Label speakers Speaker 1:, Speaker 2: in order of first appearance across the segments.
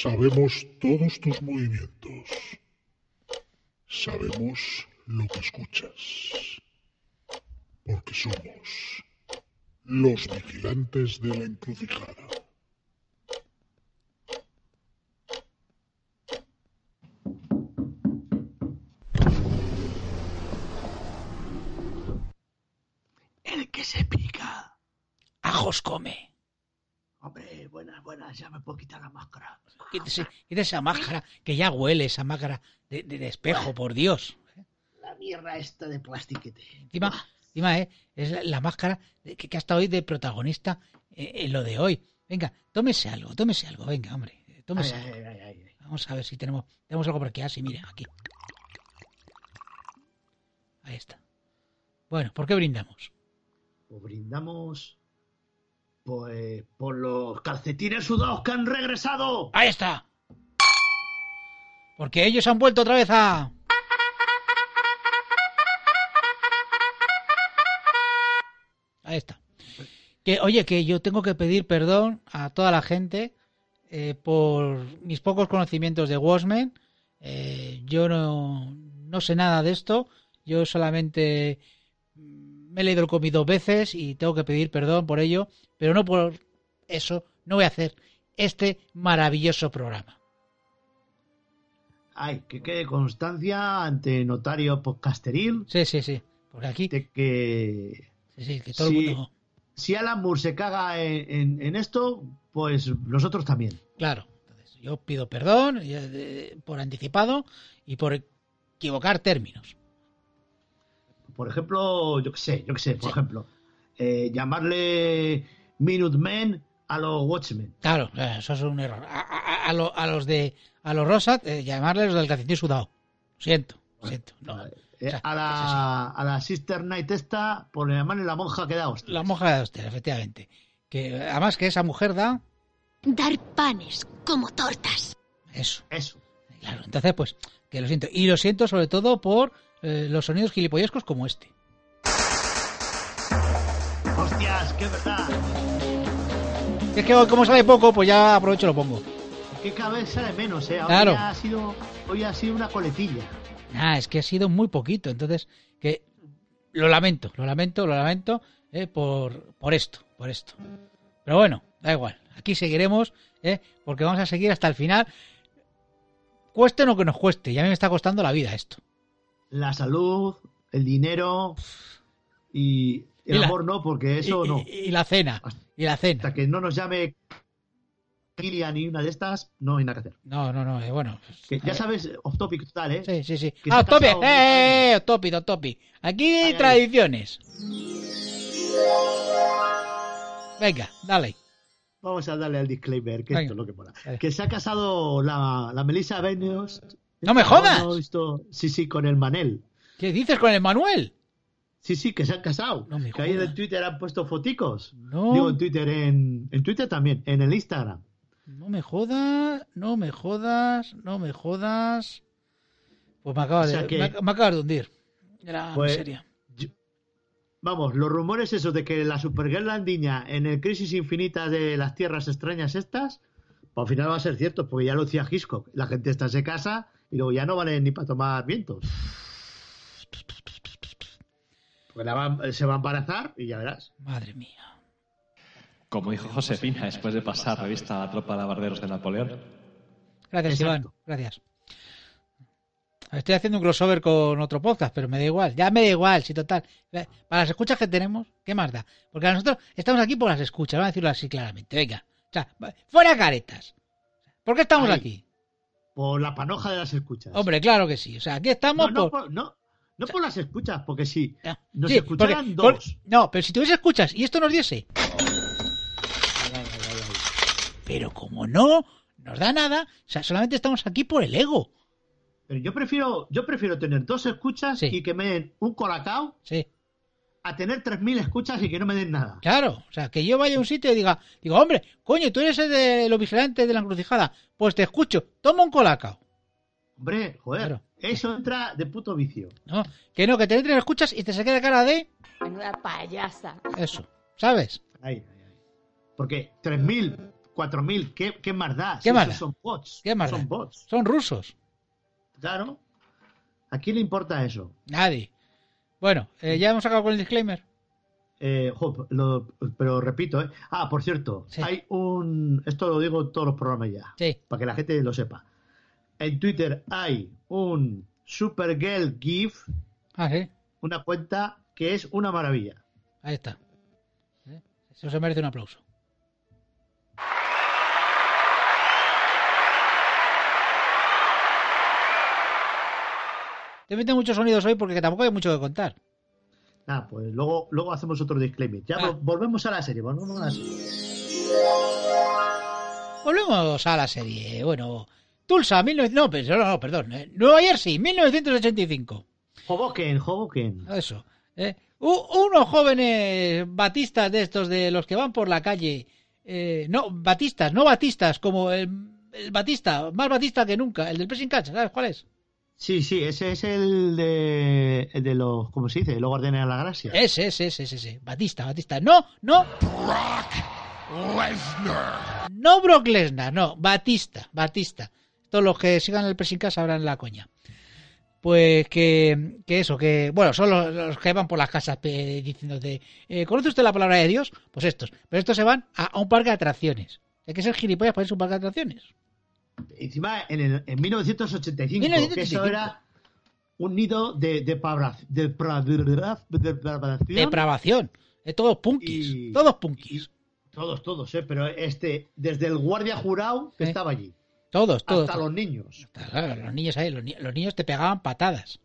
Speaker 1: Sabemos todos tus movimientos. Sabemos lo que escuchas. Porque somos los vigilantes de la encrucijada.
Speaker 2: El que se pica, ajos come.
Speaker 3: Hombre, buenas, buenas, ya me puedo quitar la máscara. Ah,
Speaker 2: Quítese, quítese esa máscara, que ya huele esa máscara de, de- de espejo, por Dios.
Speaker 3: La mierda esta de plastiquete.
Speaker 2: Encima, encima, eh, es la, la máscara de- que, que ha estado hoy de protagonista eh, en lo de hoy. Venga, tómese algo, tómese algo, venga, hombre, eh,
Speaker 3: Ay,
Speaker 2: tómese algo.
Speaker 3: ay, ay, ay, ay.
Speaker 2: Vamos a ver si tenemos, tenemos algo por aquí. Ah, sí, mira, aquí. Ahí está. Bueno, ¿por qué brindamos?
Speaker 3: Pues brindamos pues por los calcetines sudados que han regresado.
Speaker 2: ¡Ahí está! Porque ellos han vuelto otra vez a... Ahí está. Que, oye, que yo tengo que pedir perdón a toda la gente eh, por mis pocos conocimientos de Watchmen. Eh, yo no, no sé nada de esto. Yo solamente mm, me he leído el cómic dos veces y tengo que pedir perdón por ello. Pero no por eso no voy a hacer este maravilloso programa.
Speaker 3: Ay, que quede constancia ante notario podcasteril
Speaker 2: Sí, sí, sí. Porque aquí,
Speaker 3: de que
Speaker 2: sí, sí, que todo el
Speaker 3: Sí.
Speaker 2: mundo...
Speaker 3: si Alan Moore se caga en, en- en esto, pues nosotros también.
Speaker 2: Claro. Entonces, yo pido perdón eh, de- por anticipado y por equivocar términos.
Speaker 3: Por ejemplo, yo qué sé, yo qué sé, por
Speaker 2: Sí.
Speaker 3: ejemplo, eh, llamarle Minutemen a los Watchmen.
Speaker 2: Claro, claro, eso es un error. A, a- a- a lo- a los de a los Rosat, eh, llamarles los del calcetín sudado. Lo Siento, lo siento. No.
Speaker 3: Eh,
Speaker 2: O sea,
Speaker 3: a,
Speaker 2: es así.
Speaker 3: la, a la Sister Night esta, por llamarle la monja que da hostia.
Speaker 2: La monja de usted, efectivamente. Que eh, además que esa mujer da
Speaker 4: Dar panes como tortas.
Speaker 2: eso.
Speaker 3: Eso.
Speaker 2: Claro, entonces pues que lo siento. Y lo siento sobre todo por eh, los sonidos gilipollescos como este.
Speaker 3: Hostias, qué verdad.
Speaker 2: Es que hoy, como sale poco, pues ya aprovecho y lo pongo.
Speaker 3: Qué cabeza de menos, eh. Hoy
Speaker 2: Claro.
Speaker 3: ha sido, hoy ha sido una coletilla.
Speaker 2: Ah, es que ha sido muy poquito, entonces que lo lamento, lo lamento, lo lamento eh, por, por esto, por esto. Pero bueno, da igual, aquí seguiremos eh, porque vamos a seguir hasta el final, cueste lo que nos cueste, y a mí me está costando la vida esto.
Speaker 3: La salud, el dinero y el
Speaker 2: Y la-
Speaker 3: amor no, porque eso
Speaker 2: y,
Speaker 3: no.
Speaker 2: y- y la cena, y la
Speaker 3: Hasta
Speaker 2: cena.
Speaker 3: que no nos llame Kilian ni una de estas, no hay nada que hacer.
Speaker 2: No, no, no, eh, bueno.
Speaker 3: Que ya sabes, off topic total, ¿eh?
Speaker 2: Sí, sí, sí.
Speaker 3: que se
Speaker 2: Ah,
Speaker 3: ha
Speaker 2: os topi, eh,
Speaker 3: casado-
Speaker 2: eh, eh, os topi, os topi. Aquí hay
Speaker 3: ay.
Speaker 2: tradiciones. Venga, dale.
Speaker 3: Vamos a darle al disclaimer, que
Speaker 2: Venga.
Speaker 3: esto es lo que mola.
Speaker 2: Vale.
Speaker 3: Que se ha casado la, la Melissa Venus.
Speaker 2: ¡No me jodas!
Speaker 3: sí, sí, con el Manel.
Speaker 2: ¿Qué dices con el Manuel?
Speaker 3: Sí, sí, que se han casado.
Speaker 2: No me
Speaker 3: que ahí en
Speaker 2: jodas.
Speaker 3: el Twitter han puesto foticos.
Speaker 2: No.
Speaker 3: Digo, en Twitter, en, en Twitter también, en el Instagram.
Speaker 2: No me jodas, no me jodas, no me jodas. Pues me acabas,
Speaker 3: O sea
Speaker 2: de,
Speaker 3: que-
Speaker 2: me, ac- me acabas de hundir. Era
Speaker 3: Pues-
Speaker 2: miseria.
Speaker 3: Vamos, los rumores esos de que la Supergirl Landiña en el Crisis Infinita de las Tierras Extrañas estas, pues al final va a ser cierto, porque ya lo decía Hitchcock. La gente esta se casa y luego ya no valen ni para tomar vientos. Porque la va- se va a embarazar y ya verás.
Speaker 2: Madre mía.
Speaker 5: Como dijo Josefina después de pasar revista a la tropa de alabarderos de Napoleón.
Speaker 2: Gracias,
Speaker 3: Exacto.
Speaker 2: Iván. Gracias. Estoy haciendo un crossover con otro podcast, pero me da igual. Ya me da igual, sí, total. Para las escuchas que tenemos, ¿qué más da? Porque a nosotros estamos aquí por las escuchas, vamos a decirlo así claramente. Venga. O sea, va- fuera caretas. ¿Por qué estamos
Speaker 3: Ahí.
Speaker 2: aquí?
Speaker 3: Por la panoja de las escuchas.
Speaker 2: Hombre, claro que sí. O sea, aquí estamos
Speaker 3: no, no,
Speaker 2: por...
Speaker 3: por- no, No por las escuchas, porque sí.
Speaker 2: Ya.
Speaker 3: Nos
Speaker 2: Sí,
Speaker 3: escucharan
Speaker 2: porque- por-
Speaker 3: dos. Oh.
Speaker 2: no, pero si tuviese escuchas y esto nos diese. Pero como no nos da nada, o sea, solamente estamos aquí por el ego.
Speaker 3: Pero yo prefiero, yo prefiero tener dos escuchas
Speaker 2: Sí.
Speaker 3: y que me den un colacao
Speaker 2: Sí,
Speaker 3: a tener 3.000 escuchas y que no me den nada.
Speaker 2: claro. O sea, que yo vaya a un sitio y diga, digo, hombre, coño, tú eres el de los vigilantes de la encrucijada. Pues te escucho, toma un colacao.
Speaker 3: Hombre, joder,
Speaker 2: Claro.
Speaker 3: eso entra de puto vicio.
Speaker 2: ¿no? Que no, que te entren escuchas y te se queda cara de
Speaker 6: Menuda payasa.
Speaker 2: eso, ¿sabes?
Speaker 3: Ahí, ahí, ahí. Porque 3.000, 4.000, ¿qué, ¿qué más da?
Speaker 2: ¿Qué
Speaker 3: Si
Speaker 2: más
Speaker 3: esos
Speaker 2: da?
Speaker 3: Son bots.
Speaker 2: ¿Qué más da?
Speaker 3: son bots.
Speaker 2: Son rusos,
Speaker 3: Claro. ¿A quién le importa eso?
Speaker 2: nadie. Bueno, eh, ya hemos acabado con el disclaimer.
Speaker 3: Eh, jo, lo- pero repito, ¿eh? Ah, por cierto,
Speaker 2: Sí.
Speaker 3: hay un. Esto lo digo en todos los programas ya,
Speaker 2: Sí,
Speaker 3: para que la gente lo sepa. En Twitter hay un Supergirl GIF,
Speaker 2: ah, sí,
Speaker 3: una cuenta que es una maravilla.
Speaker 2: ahí está. ¿Eh? Eso se merece un aplauso. Te meten muchos sonidos hoy porque tampoco hay mucho que contar.
Speaker 3: Nada, pues luego, luego hacemos otro disclaimer. Ya
Speaker 2: Ah.
Speaker 3: vol- volvemos a la serie, volvemos a la serie.
Speaker 2: Volvemos a la serie. Bueno, Tulsa, 19... no, pero- no, no, perdón. eh, Nueva Jersey, 1985.
Speaker 3: Hoboken, Hoboken.
Speaker 2: Eso. eh. U- unos jóvenes batistas de estos, de los que van por la calle. eh, no, batistas, no batistas, como el, el batista, más batista que nunca, el del pressing catch, ¿sabes cuál es?
Speaker 3: Sí, sí, ese es el de, el de los, ¿cómo se dice? Los Guardianes de la Gracia.
Speaker 2: Ese, ese, ese, ese, ese. Batista, Batista. No, no. No Brock Lesnar, no. Batista, Batista. Todos los que sigan el Pressing Cast sabrán la coña. Pues que, que eso, que bueno, son los, los que van por las casas pe- diciéndote, eh, ¿conoce usted la palabra de Dios? Pues estos. Pero estos se van a, a un parque de atracciones. Hay que ser gilipollas para irse a un parque de atracciones.
Speaker 3: Encima, en, el- en 1985, que eso
Speaker 2: 1985.
Speaker 3: era un nido de, de pabra- de pra- de pra- de depravación.
Speaker 2: Depravación. Eh, todos punkis.
Speaker 3: Y-
Speaker 2: Todos punkis.
Speaker 3: Todos, todos, ¿eh? Pero este, desde el guardia jurado que
Speaker 2: Sí.
Speaker 3: estaba allí,
Speaker 2: Eh. Todos, todos.
Speaker 3: hasta
Speaker 2: todos.
Speaker 3: los niños.
Speaker 2: Claro, los niños ahí, los, ni- los niños te pegaban patadas.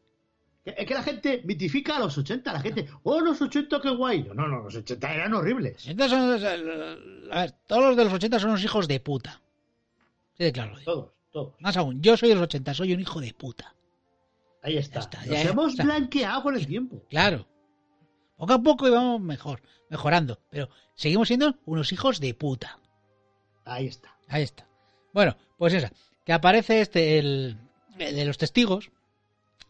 Speaker 3: Que- Es que la gente mitifica a los 80, la gente, oh, los 80, qué guay. No, no, los 80 eran horribles.
Speaker 2: Entonces, son- a ver, todos los de los 80 son unos hijos de puta. Sí, de claro. lo digo.
Speaker 3: Todos, todos.
Speaker 2: Más aún, yo soy de los 80, soy un hijo de puta.
Speaker 3: Ahí está.
Speaker 2: Ya está,
Speaker 3: Nos
Speaker 2: ya
Speaker 3: hemos
Speaker 2: está.
Speaker 3: blanqueado con el tiempo.
Speaker 2: Claro. Poco a poco íbamos mejor, mejorando, pero seguimos siendo unos hijos de puta.
Speaker 3: Ahí está.
Speaker 2: Ahí está. Bueno, pues esa, que aparece este, el, el de los testigos.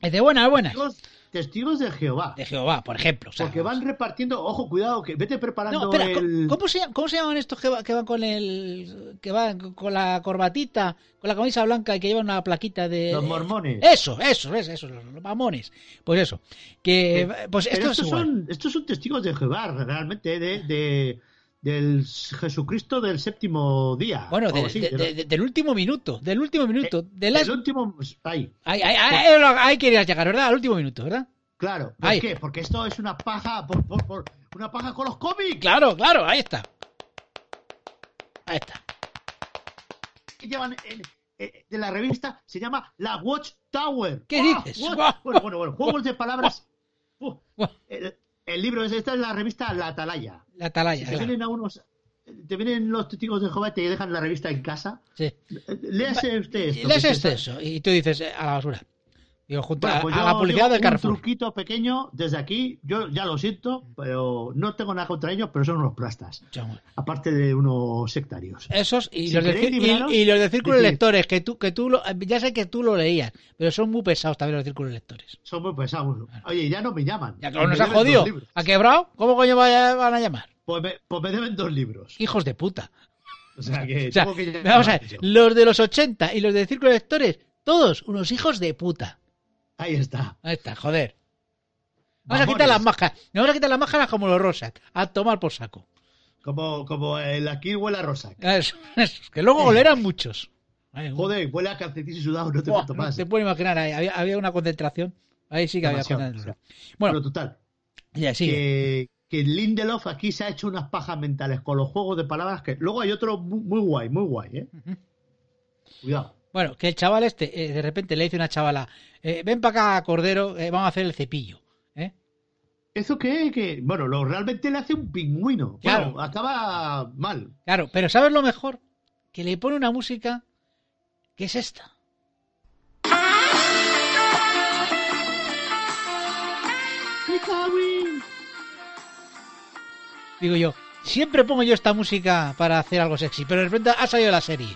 Speaker 2: Es de buenas, buenas.
Speaker 3: Testigos, testigos de Jehová.
Speaker 2: De Jehová, por ejemplo. o sea,
Speaker 3: Porque van repartiendo, ojo, cuidado, que vete preparando
Speaker 2: No, espera, ¿cómo-
Speaker 3: el...
Speaker 2: ¿cómo, se, llama- ¿cómo se llaman estos que, va- que van con el. que van con la corbatita, con la camisa blanca y que llevan una plaquita de.
Speaker 3: Los mormones.
Speaker 2: Eso, eso, eso, eso, los, los mamones. Pues eso. Que.
Speaker 3: Eh,
Speaker 2: pues esto
Speaker 3: Pero
Speaker 2: es
Speaker 3: estos,
Speaker 2: igual.
Speaker 3: son, estos son testigos de Jehová, realmente, de, de- del Jesucristo del séptimo día.
Speaker 2: Bueno,
Speaker 3: o
Speaker 2: de-
Speaker 3: así,
Speaker 2: de-
Speaker 3: de-
Speaker 2: de- de- del último minuto, del último minuto. de las...
Speaker 3: Eh, del eh. último... Ahí,
Speaker 2: ahí, ahí, ahí- ahí- ahí querías llegar, ¿verdad? Al último minuto, ¿verdad?
Speaker 3: claro. ¿Por
Speaker 2: Ahí.
Speaker 3: qué? Porque esto es una paja por, por- por- una paja con los cómics.
Speaker 2: Claro, claro, ahí está. Ahí está.
Speaker 3: que llevan en- eh, de la revista se llama La Watchtower.
Speaker 2: ¿Qué
Speaker 3: ¡Guau!
Speaker 2: dices?
Speaker 3: Watch-
Speaker 2: ¡Guau!
Speaker 3: Bueno, bueno, bueno, juegos de palabras. ¡Uf!
Speaker 2: Guau,
Speaker 3: el, el libro es esta es la revista La Atalaya.
Speaker 2: La atalaya,
Speaker 3: Te
Speaker 2: claro.
Speaker 3: vienen a unos, te vienen los testigos de Jehová y te dejan la revista en casa.
Speaker 2: Sí.
Speaker 3: Léase usted
Speaker 2: Y
Speaker 3: esto.
Speaker 2: lees
Speaker 3: que
Speaker 2: esto,
Speaker 3: está-
Speaker 2: eso, y tú dices, eh, a la basura. Digo, junto
Speaker 3: Bueno,
Speaker 2: este. a-
Speaker 3: pues
Speaker 2: a,
Speaker 3: yo
Speaker 2: la publicidad
Speaker 3: digo
Speaker 2: de
Speaker 3: Un
Speaker 2: Carrefour.
Speaker 3: truquito pequeño desde aquí. Yo ya lo siento, pero no tengo nada contra ellos, pero son unos plastas.
Speaker 2: Chamo.
Speaker 3: Aparte de unos sectarios.
Speaker 2: Esos y,
Speaker 3: Si
Speaker 2: los, del,
Speaker 3: queréis
Speaker 2: cir- y-
Speaker 3: libraros,
Speaker 2: y los del círculo de
Speaker 3: decid.
Speaker 2: lectores, que tú, que tú lo- ya sé que tú lo leías, pero son muy pesados también los círculos de lectores.
Speaker 3: Son muy pesados. Oye, ya no me llaman.
Speaker 2: Ya claro,
Speaker 3: Me
Speaker 2: nos ha
Speaker 3: deben dos
Speaker 2: jodido.
Speaker 3: libros.
Speaker 2: ¿Ha quebrado? ¿Cómo coño vaya- van a llamar?
Speaker 3: Pues me, pues me deben dos libros.
Speaker 2: Hijos de puta.
Speaker 3: O sea que,
Speaker 2: O sea,
Speaker 3: tengo que
Speaker 2: vamos a ver,
Speaker 3: llamarlos.
Speaker 2: los de los 80 y los del círculo de lectores, todos unos hijos de puta.
Speaker 3: Ahí está.
Speaker 2: Ahí está, joder. Vamos a
Speaker 3: Mamones.
Speaker 2: quitar las máscaras. Nos vamos a quitar las máscaras como los rosas. A tomar por saco.
Speaker 3: Como, como el aquí huele a rosa.
Speaker 2: Eso, eso, que luego olerán muchos. Ay,
Speaker 3: Eh. Joder, huele a calcetín sudado, no te
Speaker 2: Buah,
Speaker 3: cuento
Speaker 2: no
Speaker 3: más. eh.
Speaker 2: te puedes imaginar, ahí había, había una concentración. Ahí sí que había
Speaker 3: Demasiado,
Speaker 2: concentración.
Speaker 3: Bueno,
Speaker 2: Bueno,
Speaker 3: total.
Speaker 2: ya sigue.
Speaker 3: Que, que Lindelof aquí se ha hecho unas pajas mentales con los juegos de palabras que. Luego hay otro mu- muy, guay, muy guay, ¿eh?
Speaker 2: Ujú.
Speaker 3: Cuidado.
Speaker 2: Bueno, que el chaval este, eh, de repente le dice una chavala, eh, ven para acá, Cordero, eh, vamos a hacer el cepillo. ¿eh?
Speaker 3: ¿Eso qué? que Bueno, lo realmente le hace un pingüino.
Speaker 2: Claro.
Speaker 3: Bueno, acaba mal.
Speaker 2: Claro, pero ¿sabes lo mejor? Que le pone una música que es esta. Digo yo, siempre pongo yo esta música para hacer algo sexy, pero de repente ha salido la serie.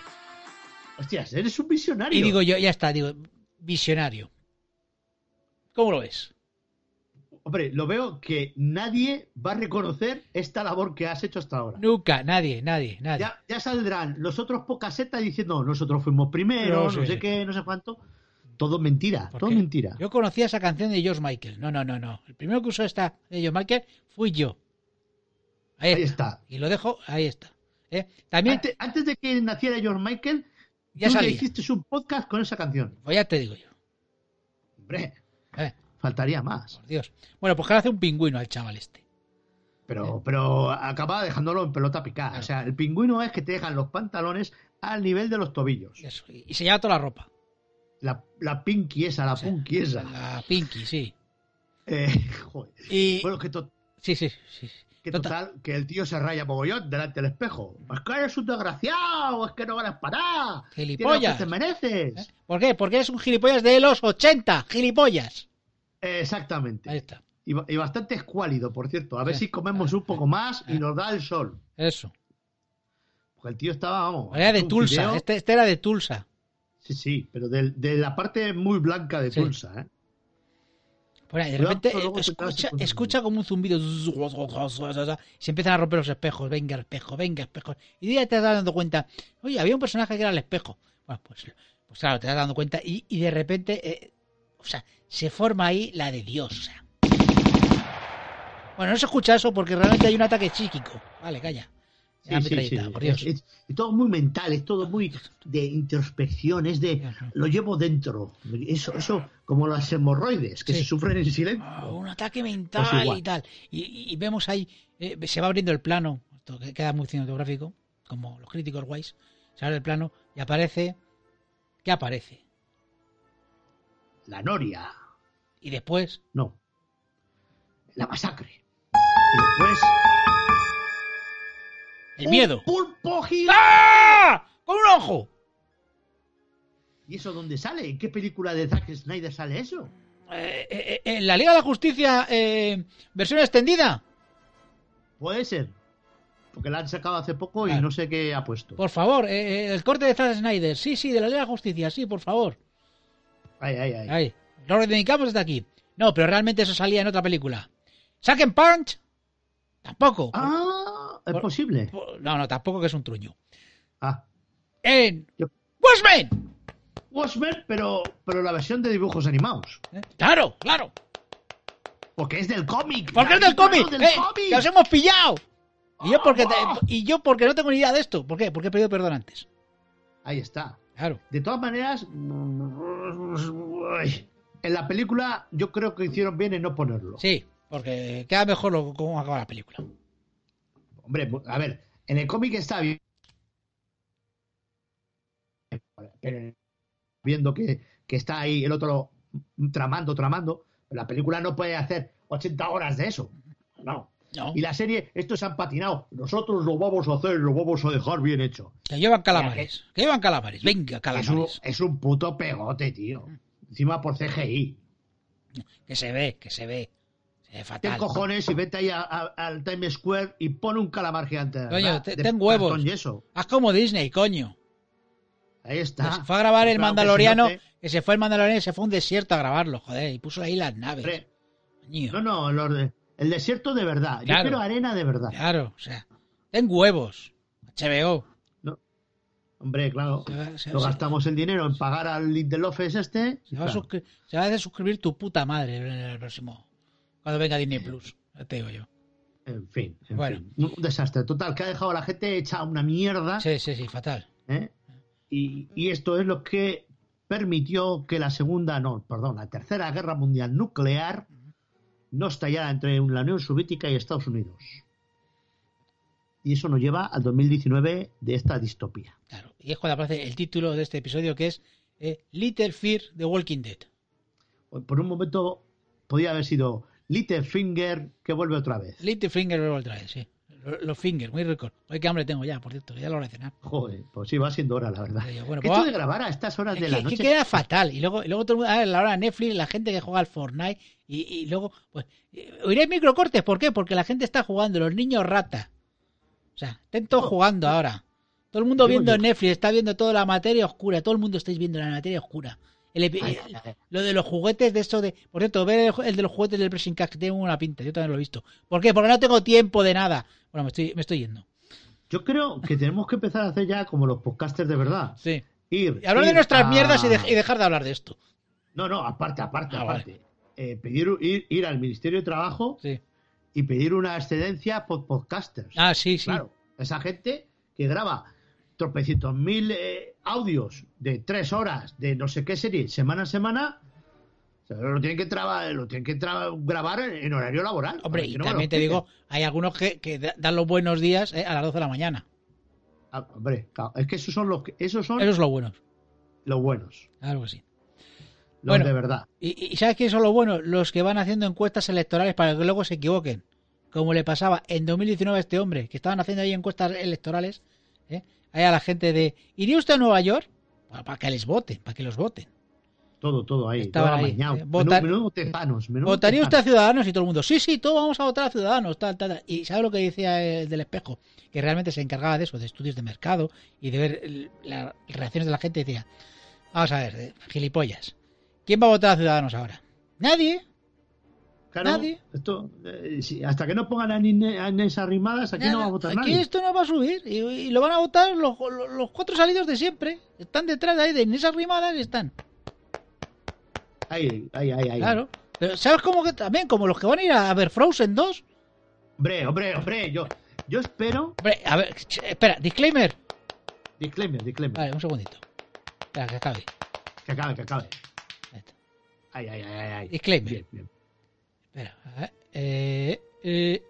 Speaker 3: Hostias, eres un visionario.
Speaker 2: Y digo yo, ya está, digo, visionario. ¿Cómo lo ves?
Speaker 3: Hombre, lo veo que nadie va a reconocer esta labor que has hecho hasta ahora.
Speaker 2: Nunca, nadie, nadie, nadie.
Speaker 3: Ya, ya saldrán los otros pocasetas diciendo, nosotros fuimos primero,
Speaker 2: No,
Speaker 3: no,
Speaker 2: sí, sí.
Speaker 3: sé qué, no sé cuánto. Todo mentira,
Speaker 2: ¿Por
Speaker 3: todo
Speaker 2: qué?
Speaker 3: mentira.
Speaker 2: Yo conocía esa canción de George Michael. No, no, no, no. El primero que usó esta de George Michael fui yo. Ahí,
Speaker 3: Ahí
Speaker 2: está.
Speaker 3: está.
Speaker 2: Y lo dejo, ahí está. ¿Eh? También,
Speaker 3: Antes, antes de que naciera George Michael,
Speaker 2: Ya
Speaker 3: tú ya
Speaker 2: salía.
Speaker 3: hiciste un podcast con esa canción.
Speaker 2: pues ya te digo yo.
Speaker 3: Hombre,
Speaker 2: Eh,
Speaker 3: faltaría más.
Speaker 2: por Dios. Bueno, pues que le hace un pingüino al chaval este.
Speaker 3: Pero, pero acaba dejándolo en pelota picada. O sea, el pingüino es que te dejan los pantalones al nivel de los tobillos.
Speaker 2: Eso, Y y se lleva toda la ropa.
Speaker 3: La, la pinky esa, la punky esa.
Speaker 2: La Pinky, sí.
Speaker 3: Eh, joder.
Speaker 2: Y...
Speaker 3: Bueno, que, to-
Speaker 2: Sí, sí, sí. sí.
Speaker 3: que
Speaker 2: Total.
Speaker 3: total, que el tío se raya mogollón delante del espejo. Es que eres un desgraciado, es que no ganas para nada. Tienes lo
Speaker 2: Gilipollas.
Speaker 3: que te mereces.
Speaker 2: ¿Eh? ¿Por qué? Porque eres un gilipollas de los 80. Gilipollas.
Speaker 3: Eh, Exactamente.
Speaker 2: Ahí está.
Speaker 3: Y, ba- y bastante escuálido, por cierto. A ver
Speaker 2: Sí. Eh.
Speaker 3: si comemos un poco más y nos da el sol.
Speaker 2: Eso.
Speaker 3: Porque el tío estaba, vamos.
Speaker 2: Era de
Speaker 3: un
Speaker 2: Tulsa.
Speaker 3: fideo.
Speaker 2: Este, este era de Tulsa.
Speaker 3: Sí, sí, pero del- de, la parte muy blanca de
Speaker 2: Sí.
Speaker 3: Tulsa, ¿eh?
Speaker 2: Bueno, y de
Speaker 3: Cuidado,
Speaker 2: repente
Speaker 3: pero luego
Speaker 2: eh,
Speaker 3: te
Speaker 2: escucha,
Speaker 3: quedas con-
Speaker 2: escucha como un zumbido. Se empiezan a romper los espejos. Venga, espejo, venga, espejo. Y ya te vas dando cuenta. Oye, había un personaje que era el espejo. Bueno, pues, pues claro, te vas dando cuenta. Y, y de repente, eh, o sea, se forma ahí la de Dios. o sea. Bueno, no se escucha eso porque realmente hay un ataque psíquico. Vale, calla. Ya,
Speaker 3: Sí, sí,
Speaker 2: metralleta,
Speaker 3: sí.
Speaker 2: por Dios.
Speaker 3: Es, es- es todo muy mental, es todo muy de introspección, es de
Speaker 2: Ajá.
Speaker 3: lo llevo dentro. Eso, eso como las hemorroides que
Speaker 2: Sí.
Speaker 3: se sufren en silencio.
Speaker 2: Ah, un ataque mental
Speaker 3: Pues igual.
Speaker 2: y tal. Y, y vemos ahí, eh, se va abriendo el plano, esto que queda muy cinematográfico, como los críticos guays, se abre el plano y aparece, ¿qué aparece?
Speaker 3: La noria,
Speaker 2: Y después,
Speaker 3: no. La masacre. Y después.
Speaker 2: el miedo.
Speaker 3: ¡Un pulpo gigante!
Speaker 2: ¡Ah! ¡Con un ojo!
Speaker 3: ¿Y eso dónde sale? ¿En qué película de Zack Snyder sale eso?
Speaker 2: Eh, eh, eh, en la Liga de la Justicia, eh, versión extendida,
Speaker 3: Puede ser. Porque la han sacado hace poco y
Speaker 2: Claro.
Speaker 3: no sé qué ha puesto.
Speaker 2: por favor, eh, eh, el corte de Zack Snyder, sí, sí, de la Liga de la Justicia, sí, por favor.
Speaker 3: Ay, ay, ay.
Speaker 2: Ahí, lo reivindicamos desde aquí. No, pero realmente eso salía en otra película. ¿Saquen Punch? Tampoco.
Speaker 3: Ah, es
Speaker 2: por-
Speaker 3: posible.
Speaker 2: No, no, tampoco que es un truño.
Speaker 3: Ah.
Speaker 2: En
Speaker 3: Yo-
Speaker 2: Watchmen.
Speaker 3: Watchmen, pero, pero la versión de dibujos animados.
Speaker 2: ¿Eh? Claro, claro.
Speaker 3: Porque es del cómic.
Speaker 2: Porque es
Speaker 3: ¡La
Speaker 2: del cómic.
Speaker 3: del
Speaker 2: ¡Eh!
Speaker 3: cómic!
Speaker 2: ¡Que os hemos pillado! Y yo, porque te- y yo porque no tengo ni idea de esto. ¿Por qué? Porque he pedido perdón antes.
Speaker 3: Ahí está.
Speaker 2: Claro.
Speaker 3: De todas maneras, en la película yo creo que hicieron bien en no ponerlo.
Speaker 2: Sí, porque queda mejor lo, cómo acaba la película.
Speaker 3: Hombre, a ver, en el cómic está bien. Pero viendo que, que está ahí el otro tramando, tramando, la película no puede hacer 80 horas de eso. No.
Speaker 2: No,
Speaker 3: Y la serie, estos han patinado. Nosotros lo vamos a hacer, lo vamos a dejar bien hecho.
Speaker 2: que llevan calamares. Que llevan calamares.
Speaker 3: Es
Speaker 2: Venga,
Speaker 3: un,
Speaker 2: calamares.
Speaker 3: es un puto pegote, tío. Encima por CGI.
Speaker 2: Que se ve, que se ve. Se ve
Speaker 3: Ten
Speaker 2: fatal.
Speaker 3: cojones y vete ahí a- a- al Times Square y pon un calamar gigante. de
Speaker 2: Coño,
Speaker 3: verdad,
Speaker 2: te-
Speaker 3: de
Speaker 2: ten huevos.
Speaker 3: cartón yeso.
Speaker 2: Haz como Disney, coño.
Speaker 3: Ahí
Speaker 2: Que
Speaker 3: está.
Speaker 2: se fue a grabar el
Speaker 3: Ah, Claro que se
Speaker 2: Mandaloriano.
Speaker 3: note.
Speaker 2: Que se fue el Mandaloriano y se fue a un desierto a grabarlo, joder. Y puso ahí las naves.
Speaker 3: Hombre,
Speaker 2: Coño.
Speaker 3: No, no, los de- el desierto de verdad. Yo
Speaker 2: Claro.
Speaker 3: quiero arena de verdad.
Speaker 2: Claro, o sea, ten huevos. HBO.
Speaker 3: Hombre, claro.
Speaker 2: Se va, se-
Speaker 3: Lo
Speaker 2: se-
Speaker 3: gastamos el dinero en pagar al Lindelof es este.
Speaker 2: se va a
Speaker 3: Claro.
Speaker 2: suscri- se va a desuscribir tu puta madre en el próximo. Cuando venga Disney Plus. Ya te digo yo.
Speaker 3: En fin. en
Speaker 2: Bueno.
Speaker 3: fin. Un desastre. Total, que ha dejado a la gente hecha una mierda.
Speaker 2: Sí, sí, sí, fatal.
Speaker 3: ¿eh? Y, y esto es lo que permitió que la segunda, no, perdón, la tercera guerra mundial nuclear no estallara entre la Unión Soviética y Estados Unidos. Y eso nos lleva al 2019 de esta distopía.
Speaker 2: Claro. Y es cuando aparece el título de este episodio que es eh, Little Fear The Walking Dead.
Speaker 3: Pues Por un momento podía haber sido Littlefinger que vuelve otra vez.
Speaker 2: Little Finger luego otra vez, sí. Lo- Los Fingers, muy rico. Oye, qué hambre tengo ya, por cierto, que ya lo haré cenar.
Speaker 3: Joder, pues sí, va siendo hora, la verdad.
Speaker 2: Oye, bueno,
Speaker 3: Que
Speaker 2: pues
Speaker 3: esto
Speaker 2: va-
Speaker 3: de grabar a estas horas
Speaker 2: Es
Speaker 3: de
Speaker 2: que,
Speaker 3: la
Speaker 2: es que
Speaker 3: noche.
Speaker 2: queda fatal. Y luego, y luego todo el mundo, a la hora de Netflix, la gente que juega al Fortnite, y, y luego, pues, eh, oiréis microcortes, ¿por qué? Porque la gente está jugando, los niños rata. O sea, estén todos jugando ahora. Todo el mundo
Speaker 3: Oh. Digo
Speaker 2: viendo
Speaker 3: yo.
Speaker 2: Netflix, está viendo toda la materia oscura, todo el mundo estáis viendo la materia oscura. El epi-
Speaker 3: Ay,
Speaker 2: el-
Speaker 3: ay, ay.
Speaker 2: lo de los juguetes de eso de. Por cierto, ver el, ju- el de los juguetes del Pressing Catch, que tiene una pinta, yo también lo he visto. ¿Por qué? Porque no tengo tiempo de nada. Bueno, me estoy, me estoy yendo.
Speaker 3: Yo creo que tenemos que empezar a hacer ya como los podcasters de verdad.
Speaker 2: Sí.
Speaker 3: Ir,
Speaker 2: Y hablar de
Speaker 3: ir
Speaker 2: nuestras
Speaker 3: a-
Speaker 2: mierdas y, de- y dejar de hablar de esto.
Speaker 3: No, no, aparte, aparte,
Speaker 2: Ah,
Speaker 3: aparte. Eh, pedir, ir, ir al Ministerio de Trabajo
Speaker 2: Sí.
Speaker 3: y pedir una excedencia por podcasters.
Speaker 2: Ah, sí, sí.
Speaker 3: Claro, esa gente que graba tropecientos mil eh, audios de tres horas de no sé qué serie, semana a semana, o sea, lo tienen que, traba- lo tienen que traba- grabar en, en horario laboral.
Speaker 2: Hombre,
Speaker 3: para que
Speaker 2: y
Speaker 3: no me
Speaker 2: también
Speaker 3: lo
Speaker 2: te digo,
Speaker 3: quiten.
Speaker 2: hay algunos que, que da- dan los buenos días eh, a las 12 de la mañana.
Speaker 3: Ah, hombre, claro, es que esos son los, que- esos son
Speaker 2: Esos son los buenos.
Speaker 3: los buenos,
Speaker 2: Claro que sí.
Speaker 3: los
Speaker 2: Bueno.
Speaker 3: de verdad.
Speaker 2: ¿Y, y sabes quiénes son los buenos? Los que van haciendo encuestas electorales para que luego se equivoquen. Como le pasaba en 2019 a este hombre, que estaban haciendo ahí encuestas electorales. ¿eh? Ahí a la gente de, ¿iría usted a Nueva York? Para, para que les voten, para que los voten.
Speaker 3: Todo, todo ahí.
Speaker 2: Estaban
Speaker 3: todo
Speaker 2: ahí,
Speaker 3: amañado.
Speaker 2: eh,
Speaker 3: Menú-
Speaker 2: votar-
Speaker 3: menudo tezanos, menudo
Speaker 2: ¿Votaría usted a
Speaker 3: tezanos.
Speaker 2: Ciudadanos? Y todo el mundo, sí, sí, todos vamos a votar a Ciudadanos, tal, tal, tal. Y ¿sabe lo que decía el del espejo? Que realmente se encargaba de eso, de estudios de mercado y de ver el- las reacciones de la gente. Decía, vamos a ver, eh, gilipollas, ¿quién va a votar a Ciudadanos ahora? Nadie.
Speaker 3: Claro,
Speaker 2: nadie?
Speaker 3: Esto, eh, sí, hasta que no pongan a Ine- a Inés Arrimadas, aquí no va a
Speaker 2: Nada.
Speaker 3: votar
Speaker 2: Aquí
Speaker 3: nadie.
Speaker 2: esto no va a subir y, y lo van a votar los, los- los cuatro salidos de siempre. Están detrás de ahí, de Inés Arrimadas están.
Speaker 3: Ahí, ahí, ahí, ahí.
Speaker 2: Claro. Pero ¿sabes cómo que también? Como los que van a ir a a ver Frozen 2.
Speaker 3: Hombre, hombre, hombre, yo, yo espero.
Speaker 2: Hombre, a ver, ch- espera, disclaimer.
Speaker 3: Disclaimer, disclaimer.
Speaker 2: Vale, un segundito. Espera, que acabe.
Speaker 3: Que acabe, que acabe.
Speaker 2: Ahí está.
Speaker 3: Ay, ay, ay, ay, ay.
Speaker 2: Disclaimer.
Speaker 3: Bien, bien.
Speaker 2: Espera. a ver, Eh, eh.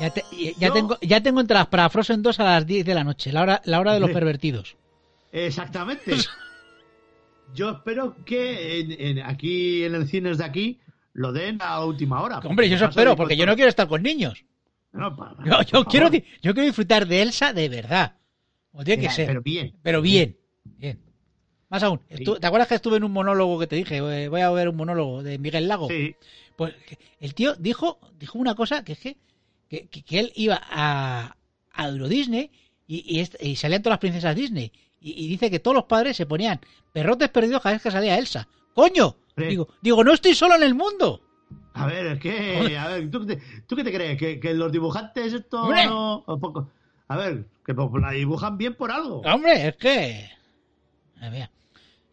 Speaker 2: Ya, te- ya- ya
Speaker 3: No.
Speaker 2: tengo, ya tengo entradas para Frozen 2 a las 10 de la noche, la hora, la hora de los
Speaker 3: Hombre.
Speaker 2: pervertidos.
Speaker 3: Exactamente. Yo espero que en- en- aquí, en el cines de aquí, lo den a última hora.
Speaker 2: Hombre, yo eso
Speaker 3: Paso
Speaker 2: espero,
Speaker 3: de
Speaker 2: porque yo no
Speaker 3: control.
Speaker 2: quiero estar con niños.
Speaker 3: No, pa-
Speaker 2: Yo,
Speaker 3: Ah, por
Speaker 2: yo,
Speaker 3: favor.
Speaker 2: quiero, di- yo quiero disfrutar de Elsa de verdad. Como tiene que
Speaker 3: Mira,
Speaker 2: ser.
Speaker 3: Pero bien.
Speaker 2: Pero bien, bien. Más aún,
Speaker 3: Sí.
Speaker 2: estu- ¿te acuerdas que estuve en un monólogo que te dije? eh, Voy a ver un monólogo de Miguel Lago.
Speaker 3: Sí.
Speaker 2: Pues que el tío dijo, dijo una cosa que es que, que, que- que él iba a, a Euro Disney y, y est- y salían todas las princesas Disney. Y, y dice que todos los padres se ponían perrotes perdidos cada vez que salía Elsa. ¡Coño!
Speaker 3: Sí.
Speaker 2: Digo, digo, no estoy solo en el mundo.
Speaker 3: A ver, es que,
Speaker 2: Hombre.
Speaker 3: a ver, ¿tú, qué te- tú qué te crees? ¿Que, que los dibujantes esto
Speaker 2: Hombre.
Speaker 3: no... o poco- A ver, que po- la dibujan bien por algo.
Speaker 2: Hombre, es que... Madre mía.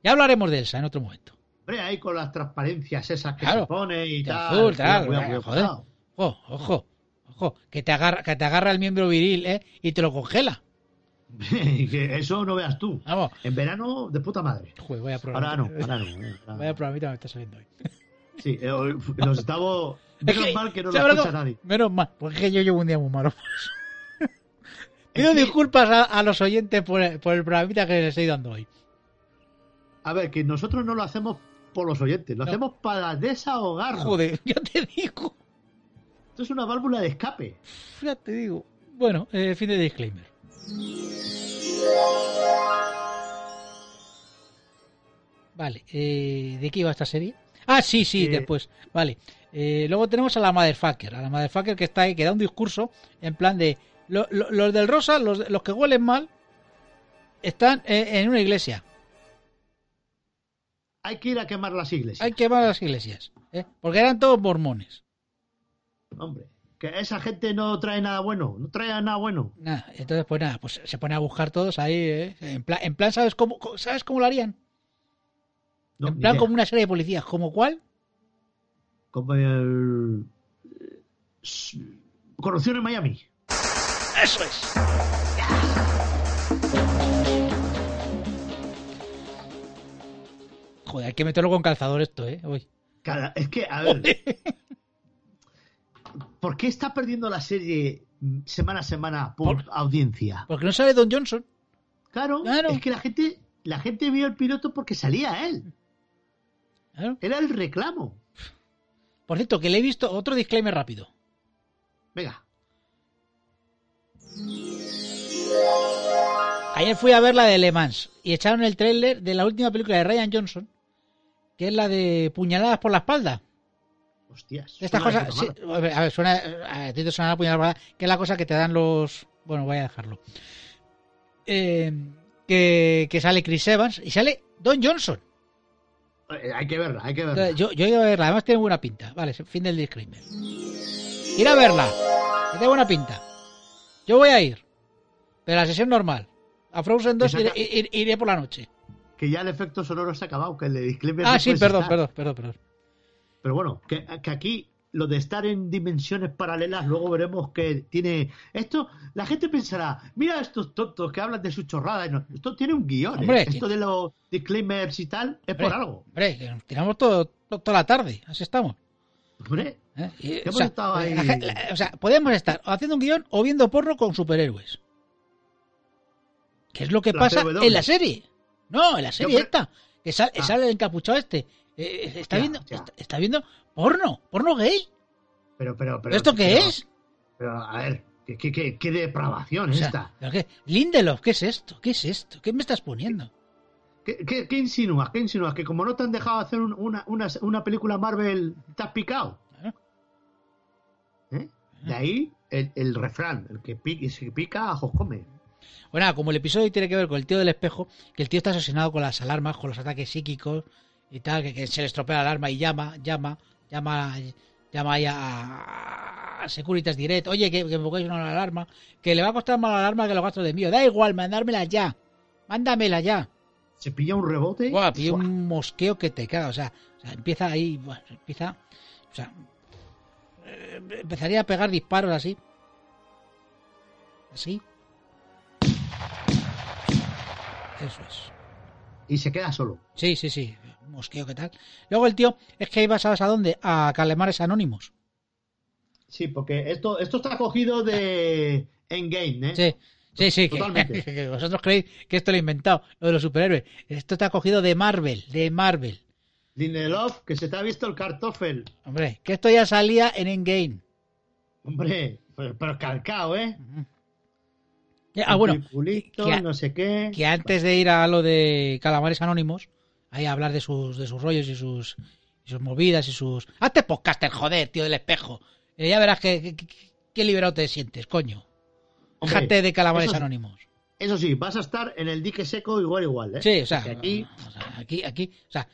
Speaker 2: Ya hablaremos de Elsa en otro momento.
Speaker 3: Hombre, ahí con las transparencias esas que
Speaker 2: Claro.
Speaker 3: se pone y
Speaker 2: De
Speaker 3: tal.
Speaker 2: azul,
Speaker 3: Cuidado,
Speaker 2: tal,
Speaker 3: cuidado,
Speaker 2: venga,
Speaker 3: cuidado.
Speaker 2: joder. Ojo, ojo, ojo, que te agarra, que te agarra el miembro viril, ¿eh? Y te lo congela.
Speaker 3: que eso no veas tú.
Speaker 2: Vamos.
Speaker 3: En verano, de puta madre.
Speaker 2: Joder, vaya programita.
Speaker 3: Ahora no, ahora no. eh, ahora no.
Speaker 2: Vaya programita me está saliendo hoy.
Speaker 3: Sí, eh, hoy f- nos estamos. Menos
Speaker 2: Es
Speaker 3: mal que no lo
Speaker 2: ¿sabes algo?
Speaker 3: escucha nadie.
Speaker 2: Menos mal, porque es que yo llevo un día muy malo. Pido
Speaker 3: Es que-
Speaker 2: disculpas a, a los oyentes por, el- por el programita que les estoy dando hoy.
Speaker 3: A ver, que nosotros no lo hacemos por los oyentes, lo
Speaker 2: No.
Speaker 3: hacemos para desahogarnos.
Speaker 2: Joder, ya te digo,
Speaker 3: Esto es una válvula de escape.
Speaker 2: ya te digo. Bueno, eh, fin de disclaimer. Vale, eh, ¿de qué iba esta serie? Ah, sí, sí,
Speaker 3: Eh,
Speaker 2: después. Vale. Eh, luego tenemos a la Motherfucker. A la Motherfucker que está ahí, que da un discurso en plan de. lo- lo- los del rosa, los, los que huelen mal, están eh, en una iglesia.
Speaker 3: Hay que ir a quemar las iglesias.
Speaker 2: Hay que quemar las iglesias. ¿eh? Porque eran todos mormones.
Speaker 3: Hombre, que esa gente no trae nada bueno, no trae nada bueno.
Speaker 2: Nada. Entonces, pues nada, pues se pone a buscar todos ahí. ¿eh? En, plan, en plan, ¿sabes cómo, co- ¿sabes cómo lo harían?
Speaker 3: No,
Speaker 2: en
Speaker 3: ni
Speaker 2: plan,
Speaker 3: idea.
Speaker 2: como una serie de policías. ¿Como cuál?
Speaker 3: Como el. eh, s- Corrupción en Miami.
Speaker 2: Eso es. Joder, hay que meterlo con calzador esto, ¿eh? Uy.
Speaker 3: Cara, es que, a ver. ¿Por qué está perdiendo la serie mm, semana a semana por,
Speaker 2: Por-
Speaker 3: audiencia.
Speaker 2: Porque no sale Don Johnson.
Speaker 3: Claro,
Speaker 2: Claro.
Speaker 3: es que la gente, la gente vio el piloto porque salía él.
Speaker 2: Claro.
Speaker 3: Era el reclamo.
Speaker 2: ¿eh? Por cierto, que le he visto otro disclaimer rápido.
Speaker 3: Venga.
Speaker 2: Ayer fui a ver la de Le Mans y echaron el tráiler de la última película de Ryan Johnson, que es la de Puñaladas por la espalda.
Speaker 3: Hostias.
Speaker 2: De Estas
Speaker 3: suena de
Speaker 2: cosas,
Speaker 3: puta
Speaker 2: sí, a ver, a ver, suena, a ti te suena la puñalada, que es la cosa que te dan los... Bueno, voy a dejarlo. Eh, que, que sale Chris Evans y sale Don Johnson.
Speaker 3: madre. Eh, Hay que verla, hay que verla.
Speaker 2: Entonces, yo, yo he ido a verla, además tiene buena pinta. Vale, fin del disclaimer. Ir a verla, que tiene buena pinta. Yo voy a ir, pero a la sesión normal. A Frozen 2
Speaker 3: Esa
Speaker 2: iré,
Speaker 3: ca-
Speaker 2: ir- iré por la noche.
Speaker 3: Que ya el efecto sonoro se ha acabado, que el de disclaimer
Speaker 2: Ah,
Speaker 3: no
Speaker 2: sí,
Speaker 3: puedes
Speaker 2: perdón,
Speaker 3: estar.
Speaker 2: perdón, perdón, perdón.
Speaker 3: Pero bueno, que, que aquí lo de estar en dimensiones paralelas, luego veremos que tiene. Esto, la gente pensará, mira estos tontos que hablan de sus chorradas. No, esto tiene un guión. ¿eh?
Speaker 2: Hombre,
Speaker 3: esto de los disclaimers y tal es por
Speaker 2: Hombre.
Speaker 3: algo.
Speaker 2: Hombre, que nos tiramos todo, to- toda la tarde, así estamos.
Speaker 3: Hombre,
Speaker 2: ¿eh? Y,
Speaker 3: hemos estado ahí.
Speaker 2: la gen- la- o sea, podemos estar o haciendo un guión o viendo porro con superhéroes. ¿Qué es lo que
Speaker 3: La
Speaker 2: pasa
Speaker 3: CW.
Speaker 2: en la serie? No, en la serie
Speaker 3: creo-
Speaker 2: esta. Que sale,
Speaker 3: Ah.
Speaker 2: sale el encapuchado este. Eh, está,
Speaker 3: Ya,
Speaker 2: viendo,
Speaker 3: ya.
Speaker 2: Está, está viendo porno, porno gay.
Speaker 3: pero, pero, pero.
Speaker 2: ¿Esto qué
Speaker 3: pero-
Speaker 2: es?
Speaker 3: Pero, a ver, qué, qué, qué- qué depravación
Speaker 2: O sea,
Speaker 3: esta.
Speaker 2: ¿pero qué? Lindelof, ¿qué es esto? ¿Qué es esto? ¿Qué me estás poniendo?
Speaker 3: ¿Qué, qué, qué insinúas? ¿Qué insinúas? Que como no te han dejado hacer un- una, una, una película Marvel, te has picado.
Speaker 2: Claro.
Speaker 3: ¿Eh? De ahí el, el refrán, el que pica, si pica, ajos come.
Speaker 2: Bueno, como el episodio tiene que ver con el tío del espejo, que el tío está asesinado con las alarmas, con los ataques psíquicos y tal, que, que se le estropea la alarma y llama, llama, llama, llama ahí a, a Securitas Direct. Oye, que, que me pongáis una alarma, que le va a costar más la alarma que los gastos de mío. Da igual, mandármela ya. Mándamela ya.
Speaker 3: Se pilla un rebote.
Speaker 2: Buah, pilló
Speaker 3: ¡fua!
Speaker 2: un mosqueo que te caga. O sea, o sea, empieza ahí, buah, empieza. O sea, eh, empezaría a pegar disparos así. Así. Eso es.
Speaker 3: Y se queda solo.
Speaker 2: Sí, sí, sí. un Mosqueo que tal. Luego el tío, es que iba, ¿sabes a dónde? A Calemares Anónimos.
Speaker 3: Sí, porque esto, esto está cogido de Endgame, ¿eh?
Speaker 2: Sí, sí, sí. que-
Speaker 3: Totalmente.
Speaker 2: que vosotros creéis que esto lo he inventado, lo de los superhéroes. Esto está cogido de Marvel, de Marvel.
Speaker 3: Lindelof, que se te ha visto el cartofel.
Speaker 2: Hombre, que esto ya salía en Endgame.
Speaker 3: Hombre, pero, pero calcao, ¿eh?
Speaker 2: Ah, bueno,
Speaker 3: Circulito,
Speaker 2: que a-
Speaker 3: no sé qué.
Speaker 2: que antes de ir a lo de Calamares Anónimos, ahí a hablar de sus, de sus rollos y sus, y sus movidas y sus... Hazte podcaster, joder, tío del espejo. Eh, ya verás que, que, que- qué liberado te sientes, coño.
Speaker 3: Hombre,
Speaker 2: Déjate de Calamares
Speaker 3: eso sí.
Speaker 2: Anónimos.
Speaker 3: Eso sí, vas a estar en el dique seco igual, igual, ¿eh?
Speaker 2: Sí, o sea,
Speaker 3: Porque aquí,
Speaker 2: o sea, aquí, aquí, o sea,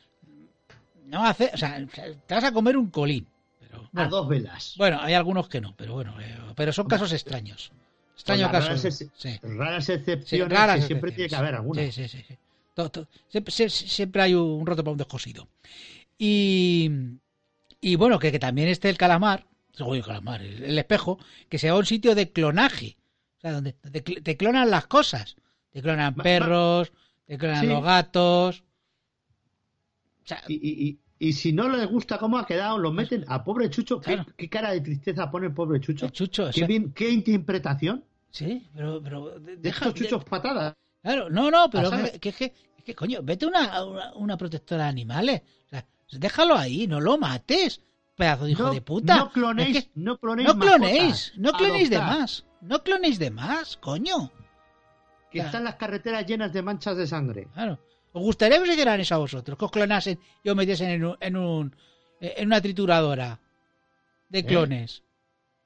Speaker 2: no hace, o sea, te vas a comer un colín. Pero,
Speaker 3: a
Speaker 2: bueno,
Speaker 3: dos velas.
Speaker 2: bueno, hay algunos que no, pero bueno, eh, pero son casos extraños. Extraños
Speaker 3: Con las
Speaker 2: casos.
Speaker 3: raras ex-
Speaker 2: sí.
Speaker 3: Raras
Speaker 2: Sí,
Speaker 3: excepciones,
Speaker 2: raras
Speaker 3: que siempre
Speaker 2: excepciones.
Speaker 3: tiene que haber alguna.
Speaker 2: Sí, sí, sí, sí. To- to- siempre, sie- siempre hay un roto para un descosido. Y, y bueno, que, que también esté el calamar, oye, calamar, el, el espejo, que sea un sitio de clonaje, o sea, donde, donde cl- te clonan las cosas. Te clonan
Speaker 3: Ma- ma-
Speaker 2: perros, te clonan
Speaker 3: Sí.
Speaker 2: los gatos. O sea,
Speaker 3: Y, y- y- y si no les gusta cómo ha quedado, lo meten a pobre Chucho. ¿Qué,
Speaker 2: Claro.
Speaker 3: qué cara de tristeza pone el pobre Chucho?
Speaker 2: el chucho,
Speaker 3: ¿Qué,
Speaker 2: eso-
Speaker 3: bien- qué interpretación?
Speaker 2: sí, pero, pero
Speaker 3: De
Speaker 2: de- deja,
Speaker 3: estos chuchos patadas.
Speaker 2: Claro, no, no, pero
Speaker 3: Pasar.
Speaker 2: que, que, que- que, coño, vete una, a una, una protectora de animales. O sea, déjalo ahí, no lo mates, pedazo de hijo
Speaker 3: no,
Speaker 2: de puta.
Speaker 3: no clonéis,
Speaker 2: Es que
Speaker 3: no clonéis,
Speaker 2: no clonéis,
Speaker 3: mascotas.
Speaker 2: no clonéis de
Speaker 3: Adoptad,
Speaker 2: más, no clonéis de más, coño.
Speaker 3: Que están las carreteras llenas de manchas de sangre.
Speaker 2: Claro. ¿Os gustaría que os hicieran eso a vosotros? Que os clonasen y os metiesen en, un, en, un- eh, en una trituradora de clones.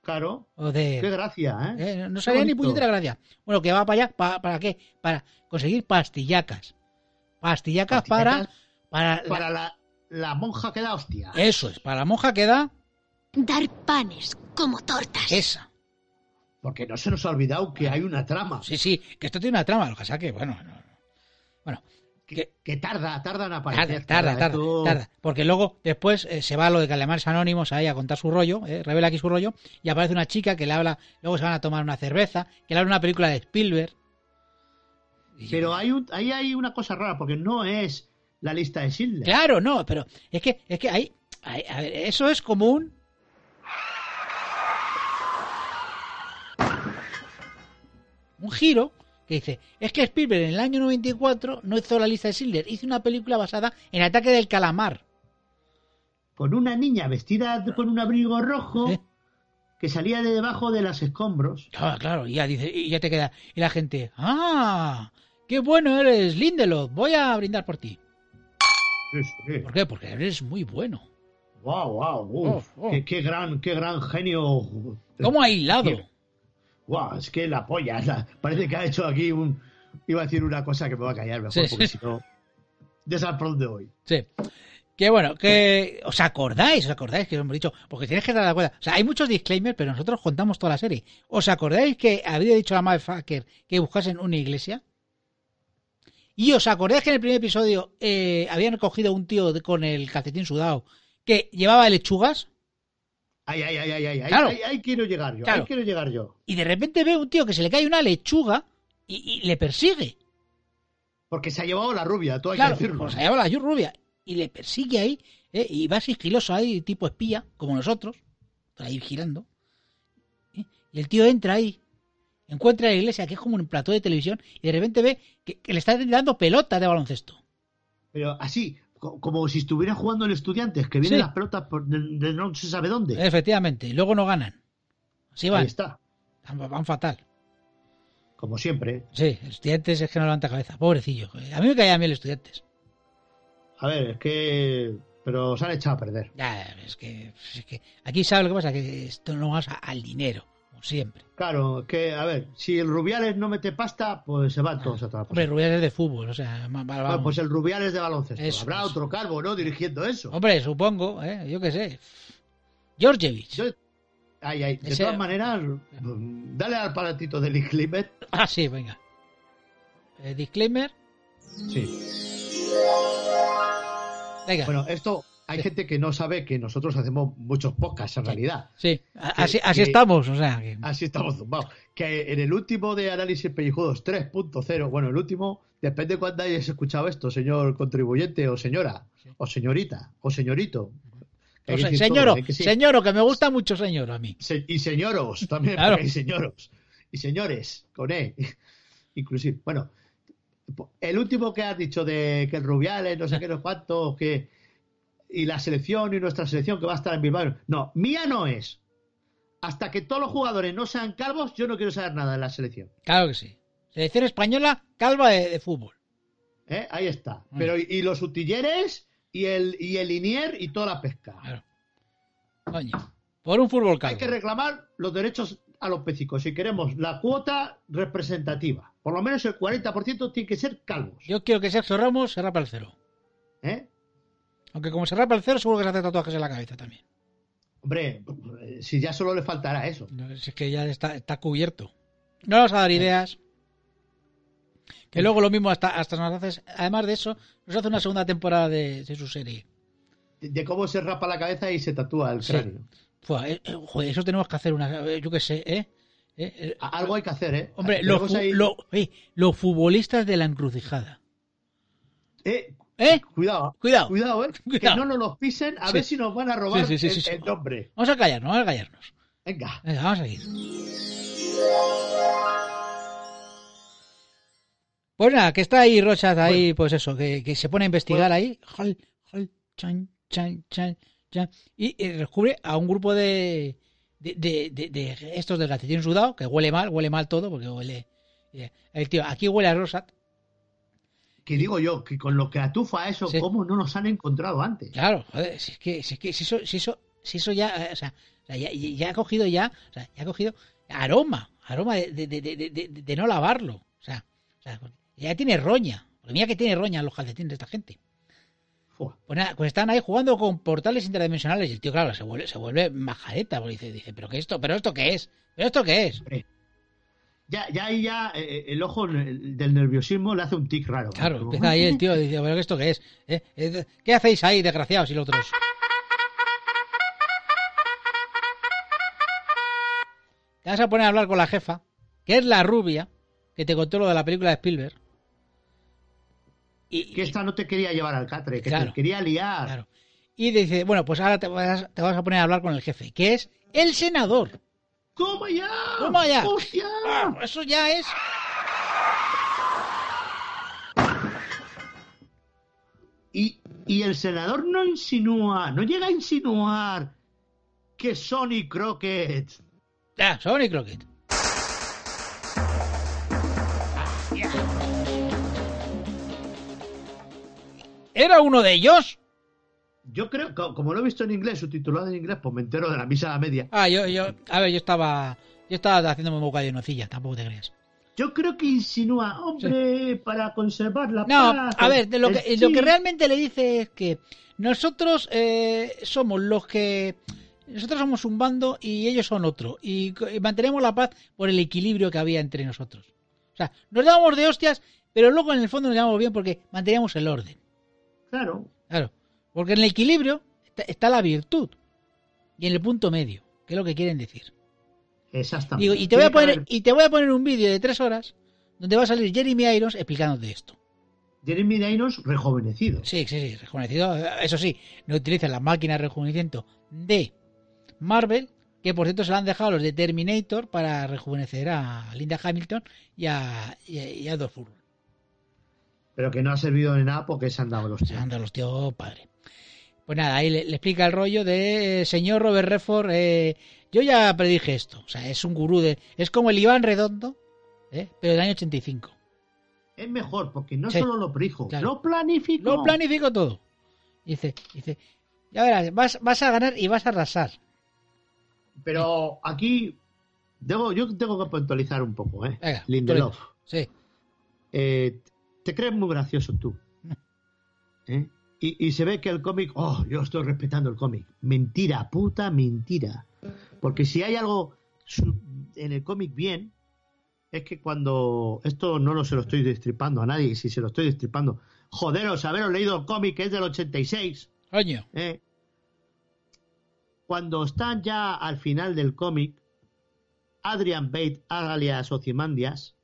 Speaker 3: Claro,
Speaker 2: O
Speaker 3: ¿Eh? qué
Speaker 2: de...
Speaker 3: gracia, ¿eh?
Speaker 2: eh, no sabía ni
Speaker 3: bonito.
Speaker 2: puñetera gracia. Bueno, que va para allá, pa- ¿para qué? Para conseguir pastillacas. Pastillacas, para...
Speaker 3: Pastillacas
Speaker 2: Para, la- Eh.
Speaker 3: Para la, la monja que da hostia.
Speaker 2: Eso es, para la monja queda
Speaker 4: Dar panes como tortas.
Speaker 2: esa.
Speaker 3: Porque no se nos ha olvidado que hay una trama.
Speaker 2: Sí, sí, que esto tiene una trama, lo que pasa que, bueno, no, no. bueno,
Speaker 3: Que, que tarda, tarda en
Speaker 2: tarda,
Speaker 3: aparecer.
Speaker 2: tarda, tarda,
Speaker 3: Esto-
Speaker 2: tarda. Porque luego, después, eh, se va a lo de Calamares Anónimos ahí a contar su rollo, eh, revela aquí su rollo, y aparece una chica que le habla, luego se van a tomar una cerveza, que le habla una película de Spielberg. Y-
Speaker 3: Pero hay un, ahí hay una cosa rara, porque no es la lista de Schindler.
Speaker 2: Claro, no, pero es que, es que ahí, ahí- a ver, eso es como un... giro que dice, es que Spielberg en el año 94 no hizo la lista de Schindler, hizo una película basada en Ataque del Calamar.
Speaker 3: Con una niña vestida con un abrigo rojo
Speaker 2: ¿Eh?
Speaker 3: que salía de debajo de los escombros.
Speaker 2: Claro, claro, y ya, dice, y ya te queda. Y la gente, ¡ah! ¡Qué bueno eres, Lindelof! Voy a brindar por ti. ¿Por qué? Porque eres muy bueno.
Speaker 3: Wow, wow,
Speaker 2: Uf, uf.
Speaker 3: Qué, qué gran, qué gran genio.
Speaker 2: ¿Cómo ha hilado?
Speaker 3: Tío. Guau, es que la polla. la- parece que ha hecho aquí un. Iba a decir una cosa que me va a callar mejor,
Speaker 2: Sí,
Speaker 3: porque
Speaker 2: sí.
Speaker 3: si no. Desaprón de hoy.
Speaker 2: Sí. Que bueno, que os acordáis, os acordáis que os hemos dicho, porque tienes que dar la cuenta. O sea, hay muchos disclaimers, pero nosotros contamos toda la serie. ¿Os acordáis que había dicho la motherfucker que buscasen una iglesia? Y os acordáis que en el primer episodio eh, habían cogido un tío de- con el calcetín sudado que llevaba lechugas
Speaker 3: Ay, ay, ay, ay, ay.
Speaker 2: Claro.
Speaker 3: Ahí, ahí quiero llegar yo.
Speaker 2: Claro.
Speaker 3: Ahí quiero llegar yo.
Speaker 2: y de repente ve un tío que se le cae una lechuga y, y le persigue.
Speaker 3: Porque se ha llevado la rubia, tú hay
Speaker 2: Claro,
Speaker 3: que decirlo.
Speaker 2: pues se llama la Yur Rubia y le persigue ahí eh, y va sigiloso ahí, tipo espía, como nosotros, para ir girando. ¿eh? Y el tío entra ahí, encuentra la iglesia, que es como un plató de televisión, y de repente ve que, que le están dando pelotas de baloncesto.
Speaker 3: Pero así, co- como si estuviera jugando en estudiantes, que vienen
Speaker 2: Sí. Eh,
Speaker 3: las pelotas por- de, de no se sabe dónde.
Speaker 2: Efectivamente, y luego no ganan. Así
Speaker 3: ahí
Speaker 2: van,
Speaker 3: está.
Speaker 2: van, van fatal.
Speaker 3: Como siempre.
Speaker 2: Sí, el estudiantes es que no levanta cabeza, pobrecillo. A mí me caía bien el estudiantes.
Speaker 3: A ver, es que. Pero se han echado a perder.
Speaker 2: Ya, es que, es que aquí sabe lo que pasa, que esto no vas a- al dinero, como siempre.
Speaker 3: Claro, es que, a ver, si el Rubiales no mete pasta, pues se van todos a toda la
Speaker 2: Hombre,
Speaker 3: posta.
Speaker 2: Rubiales es de fútbol, o sea, más- más-
Speaker 3: Bueno,
Speaker 2: vamos.
Speaker 3: pues el Rubiales de baloncesto.
Speaker 2: Eso,
Speaker 3: Habrá
Speaker 2: eso.
Speaker 3: otro calvo, ¿no? Dirigiendo eso.
Speaker 2: Hombre, supongo, ¿eh? yo qué sé. Georgievich.
Speaker 3: Yo- Ay, ay. De
Speaker 2: Ese- eh.
Speaker 3: todas maneras, mm, dale al aparatito del Inclimet.
Speaker 2: Ah, sí, venga. Eh, disclaimer.
Speaker 3: Sí.
Speaker 2: Venga.
Speaker 3: Bueno, esto hay gente que no sabe que nosotros hacemos muchos podcasts en realidad.
Speaker 2: sí, a- así,
Speaker 3: que-
Speaker 2: así
Speaker 3: que-
Speaker 2: estamos, o sea. que-
Speaker 3: Así estamos zumbados. Que en el último de Análisis Pellijudos 3.0, bueno, el último, depende cuándo hayas escuchado esto, señor contribuyente o señora, o señorita, o señorito. Que hay
Speaker 2: o
Speaker 3: que
Speaker 2: sea,
Speaker 3: decir todo,
Speaker 2: señoro,
Speaker 3: hay que sí.
Speaker 2: señoro, que me gusta mucho señoro a mí.
Speaker 3: Se- y señoros, también,
Speaker 2: Claro.
Speaker 3: porque hay señoros. Y señores, con E, inclusive. Bueno, el último que has dicho de que el Rubiales, no sé qué, no cuánto, que... Y la selección y nuestra selección que va a estar en Bilbao. No, mía no es. Hasta que todos los jugadores no sean calvos, yo no quiero saber nada de la selección.
Speaker 2: Claro que sí. Selección española calva de, de fútbol.
Speaker 3: ¿eh? Ahí está.
Speaker 2: Mm.
Speaker 3: Pero y, y los utilleres y el, y el Inier y toda la pesca.
Speaker 2: Claro. Coño. Por un fútbol
Speaker 3: Hay
Speaker 2: calvo.
Speaker 3: que reclamar los derechos a los pecicos. Si queremos la cuota representativa, por lo menos el 40% tiene que ser calvos.
Speaker 2: Yo quiero que Sergio Ramos se rapa el cero.
Speaker 3: ¿eh?
Speaker 2: Aunque como se rapa el cero, seguro que se hace tatuajes en la cabeza también.
Speaker 3: Hombre, si ya solo le faltará eso.
Speaker 2: No, si es que ya está, está cubierto. No vamos a dar ideas. Que luego lo mismo hasta, hasta nos haces, además de eso, nos hace una segunda temporada de, de su serie.
Speaker 3: De, de cómo se rapa la cabeza y se tatúa el
Speaker 2: Sí.
Speaker 3: cráneo.
Speaker 2: Fua, eh, eh, joder, eso tenemos que hacer una, eh, yo qué sé, ¿eh? Eh, eh,
Speaker 3: A- Algo hay que hacer, ¿eh?
Speaker 2: hombre, los,
Speaker 3: Tenemos
Speaker 2: fu-
Speaker 3: ahí-
Speaker 2: lo- oye, los futbolistas de la encrucijada.
Speaker 3: eh,
Speaker 2: ¿Eh?
Speaker 3: Cuidado,
Speaker 2: Cuidado.
Speaker 3: cuidado, ¿eh?
Speaker 2: Cuidado.
Speaker 3: Que no nos los pisen, a
Speaker 2: Sí.
Speaker 3: ver si nos van a robar
Speaker 2: Sí, sí, sí,
Speaker 3: el-
Speaker 2: sí, sí.
Speaker 3: el nombre.
Speaker 2: Vamos a callarnos, vamos a callarnos.
Speaker 3: Venga.
Speaker 2: Venga, vamos a seguir. Pues nada, que está ahí Rochas, ahí, pues eso, que, que se pone a investigar
Speaker 3: Bueno.
Speaker 2: ahí. Jol, jol, chan, chan, chan, chan. y, y descubre a un grupo de, de, de, de- de estos del gacetín sudado, que huele mal, huele mal todo, porque huele. eh, El tío, aquí huele a Rosat.
Speaker 3: Que digo yo, que con lo que atufa eso,
Speaker 2: Sí.
Speaker 3: ¿cómo no nos han encontrado antes?
Speaker 2: Claro, joder, si es que, si es que si eso, si eso, si eso ya, eh, o sea, o sea, ya, ya ha cogido ya, o sea, ya ha cogido aroma, aroma de, de, de, de, de- de no lavarlo. O sea, o sea, ya tiene roña. Porque mira que tiene roña los calcetines de esta gente.
Speaker 3: Fua.
Speaker 2: Pues nada, pues están ahí jugando con portales interdimensionales y el tío, claro, se vuelve, se vuelve majareta, porque dice, dice, pero qué esto, pero esto qué es, pero esto qué es.
Speaker 3: Ya, ya ahí ya eh, el ojo n- del nerviosismo le hace un tic raro.
Speaker 2: Claro,
Speaker 3: Como,
Speaker 2: empieza ahí el tío, dice, pero esto qué es, ¿Eh? Eh, ¿qué hacéis ahí, desgraciados y los otros? Te vas a poner a hablar con la jefa, que es la rubia, que te contó lo de la película de Spielberg. Y,
Speaker 3: Que esta no te quería llevar al catre, que
Speaker 2: Claro.
Speaker 3: te quería liar.
Speaker 2: claro. y dice, bueno, pues ahora te vas, te vas a poner a hablar con el jefe, que es el senador.
Speaker 3: ¡Toma ya!
Speaker 2: ¡Toma ya!
Speaker 3: ¡Hostia!
Speaker 2: Eso ya es
Speaker 3: Y el senador no insinúa, no llega a insinuar que Sonny Crockett.
Speaker 2: Ah, Sonny Crockett. ¿Era uno de ellos?
Speaker 3: Yo creo, co- como lo he visto en inglés, subtitulado en inglés, pues me entero de la misa a media.
Speaker 2: Ah, yo, yo, a ver, yo estaba, yo estaba haciéndome un bocadillo de nocilla, tampoco te creas.
Speaker 3: Yo creo que insinúa, hombre, para conservar la
Speaker 2: No,
Speaker 3: paz.
Speaker 2: a ver, de lo,
Speaker 3: el
Speaker 2: que, lo que
Speaker 3: sí.
Speaker 2: realmente le dice es que nosotros eh, somos los que... Nosotros somos un bando y ellos son otro. Y, co- y mantenemos la paz por el equilibrio que había entre nosotros. O sea, nos dábamos de hostias, pero luego en el fondo nos llevamos bien porque manteníamos el orden.
Speaker 3: Claro,
Speaker 2: Claro, porque en el equilibrio está, está la virtud y en el punto medio, que es lo que quieren decir.
Speaker 3: exactamente.
Speaker 2: Digo, y te voy a
Speaker 3: Tiene que
Speaker 2: poner, y te voy a poner un vídeo de tres horas donde va a salir Jeremy Irons explicándote esto.
Speaker 3: haber Jeremy Irons rejuvenecido.
Speaker 2: Sí, sí, sí, rejuvenecido. Eso sí, no utilizan las máquinas de rejuvenecimiento de Marvel, que por cierto se la han dejado los de Terminator para rejuvenecer a Linda Hamilton y a, y a, y a Adolf Hitler.
Speaker 3: Pero que no ha servido de nada porque se han dado los
Speaker 2: Se han dado pues los tíos padre. Pues nada, ahí le, le explica el rollo de eh, señor Robert Redford. eh, yo ya predije esto. O sea, es un gurú de. Es como el Iván Redondo, ¿eh? pero del año 85.
Speaker 3: Es mejor porque no
Speaker 2: Sí.
Speaker 3: solo lo predijo,
Speaker 2: Claro.
Speaker 3: lo planificó.
Speaker 2: Lo planifico todo. Dice, dice, ya verás, vas, vas a ganar y vas a arrasar.
Speaker 3: Pero aquí debo, yo tengo que puntualizar un poco, ¿eh?
Speaker 2: Venga,
Speaker 3: Lindelof,
Speaker 2: Sí,
Speaker 3: eh, te crees muy gracioso tú. ¿Eh? Y, y se ve que el cómic, oh, yo estoy respetando el cómic. Mentira, puta mentira. Porque si hay algo su- en el cómic bien, es que cuando esto no lo se lo estoy destripando a nadie, si se lo estoy destripando, joderos, haberos leído el cómic que es del 86.
Speaker 2: coño.
Speaker 3: ¿eh? Cuando están ya al final del cómic, Adrian Bate, alias Ozymandias,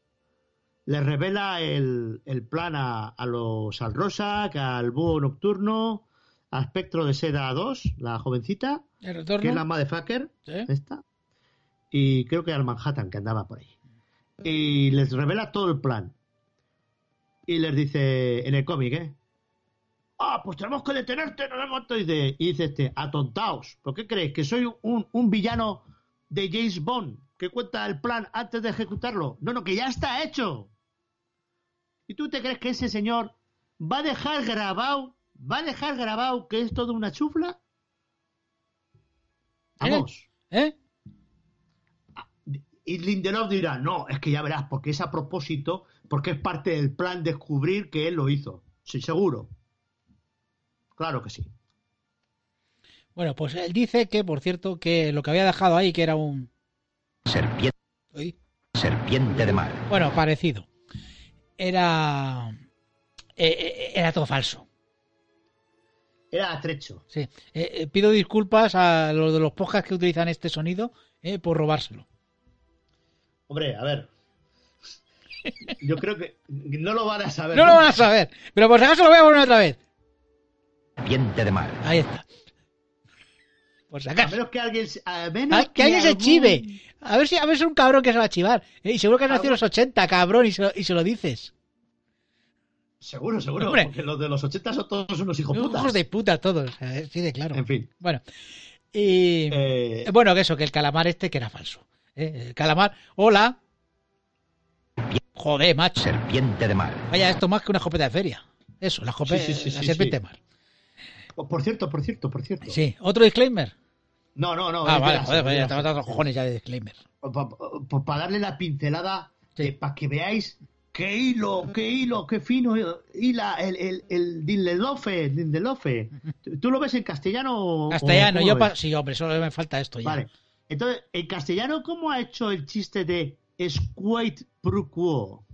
Speaker 3: le revela el, el plan a, a los al Rosa, al búho nocturno, a Espectro de Seda 2, la jovencita,
Speaker 2: El
Speaker 3: que es la
Speaker 2: retorno. ¿eh?
Speaker 3: motherfucker,
Speaker 2: sí.
Speaker 3: esta, y creo que al Manhattan que andaba por ahí. Y les revela todo el plan. Y les dice en el cómic, ¿eh? Ah, pues tenemos que detenerte, no hemos y, de- y dice este, atontaos, ¿por qué creéis que soy un, un villano de James Bond que cuenta el plan antes de ejecutarlo? No, no, que ya está hecho. ¿Y tú te crees que ese señor va a dejar grabado, va a dejar grabado que es todo una chufla?
Speaker 2: ¿Eh?
Speaker 3: Vamos.
Speaker 2: ¿Eh?
Speaker 3: Y Lindelof dirá, no, es que ya verás, porque es a propósito, porque es parte del plan descubrir que él lo hizo. Sí, seguro. Claro que sí.
Speaker 2: Bueno, pues él dice que, por cierto, que lo que había dejado ahí, que era un.
Speaker 7: Serpiente,
Speaker 2: Uy.
Speaker 7: serpiente de mar.
Speaker 2: Bueno, parecido. Era. eh, eh, Era todo falso.
Speaker 3: Era atrecho.
Speaker 2: Sí. Eh, eh, pido disculpas a los de los podcasts que utilizan este sonido eh, por robárselo.
Speaker 3: Hombre, a ver. Yo creo que no lo van a saber.
Speaker 2: No lo
Speaker 3: nunca.
Speaker 2: van a saber, pero por si acaso lo voy a poner otra vez.
Speaker 7: Serpiente de mar.
Speaker 2: Ahí está. Por si
Speaker 3: A
Speaker 2: acaso.
Speaker 3: menos que alguien, se- a menos
Speaker 2: Ah, que alguien se
Speaker 3: algún-
Speaker 2: chive. A ver si a ver si es un cabrón que se va a chivar. Eh, y seguro que has nacido en los
Speaker 3: Algún-
Speaker 2: 80, cabrón, y se lo, y se lo dices.
Speaker 3: Seguro, seguro.
Speaker 2: Hombre.
Speaker 3: Porque los de los 80 son todos unos hijos putas.
Speaker 2: Hijos de puta todos. eh, Sí, de claro.
Speaker 3: En fin.
Speaker 2: Bueno. Y.
Speaker 3: eh,
Speaker 2: Eh, Bueno, que eso, que el calamar este que era falso. ¿eh? El calamar, hola. Joder, macho.
Speaker 7: Serpiente de mar.
Speaker 2: Vaya, esto más que una escopeta de feria. Eso, la escopeta,
Speaker 3: Sí, sí, sí,
Speaker 2: la
Speaker 3: sí,
Speaker 2: serpiente
Speaker 3: sí.
Speaker 2: mar.
Speaker 3: Por cierto, por cierto, por cierto.
Speaker 2: Sí, otro disclaimer.
Speaker 3: No, no, no.
Speaker 2: ah,
Speaker 3: es
Speaker 2: vale,
Speaker 3: veraz,
Speaker 2: joder,
Speaker 3: es
Speaker 2: vaya,
Speaker 3: veraz.
Speaker 2: estamos dando los cojones ya de disclaimer.
Speaker 3: para pues darle la pincelada
Speaker 2: Sí.
Speaker 3: para que veáis qué hilo, qué hilo, qué fino eh, hila el, el, el Lindelofe, Lindelofe. ¿Tú- ¿Tú lo ves en castellano? o- o
Speaker 2: Castellano,
Speaker 3: cómo
Speaker 2: yo
Speaker 3: lo
Speaker 2: pa-
Speaker 3: ves?
Speaker 2: sí, hombre, solo me falta esto ya.
Speaker 3: Vale. Entonces, en castellano, ¿cómo ha hecho el chiste de Squid pro quo?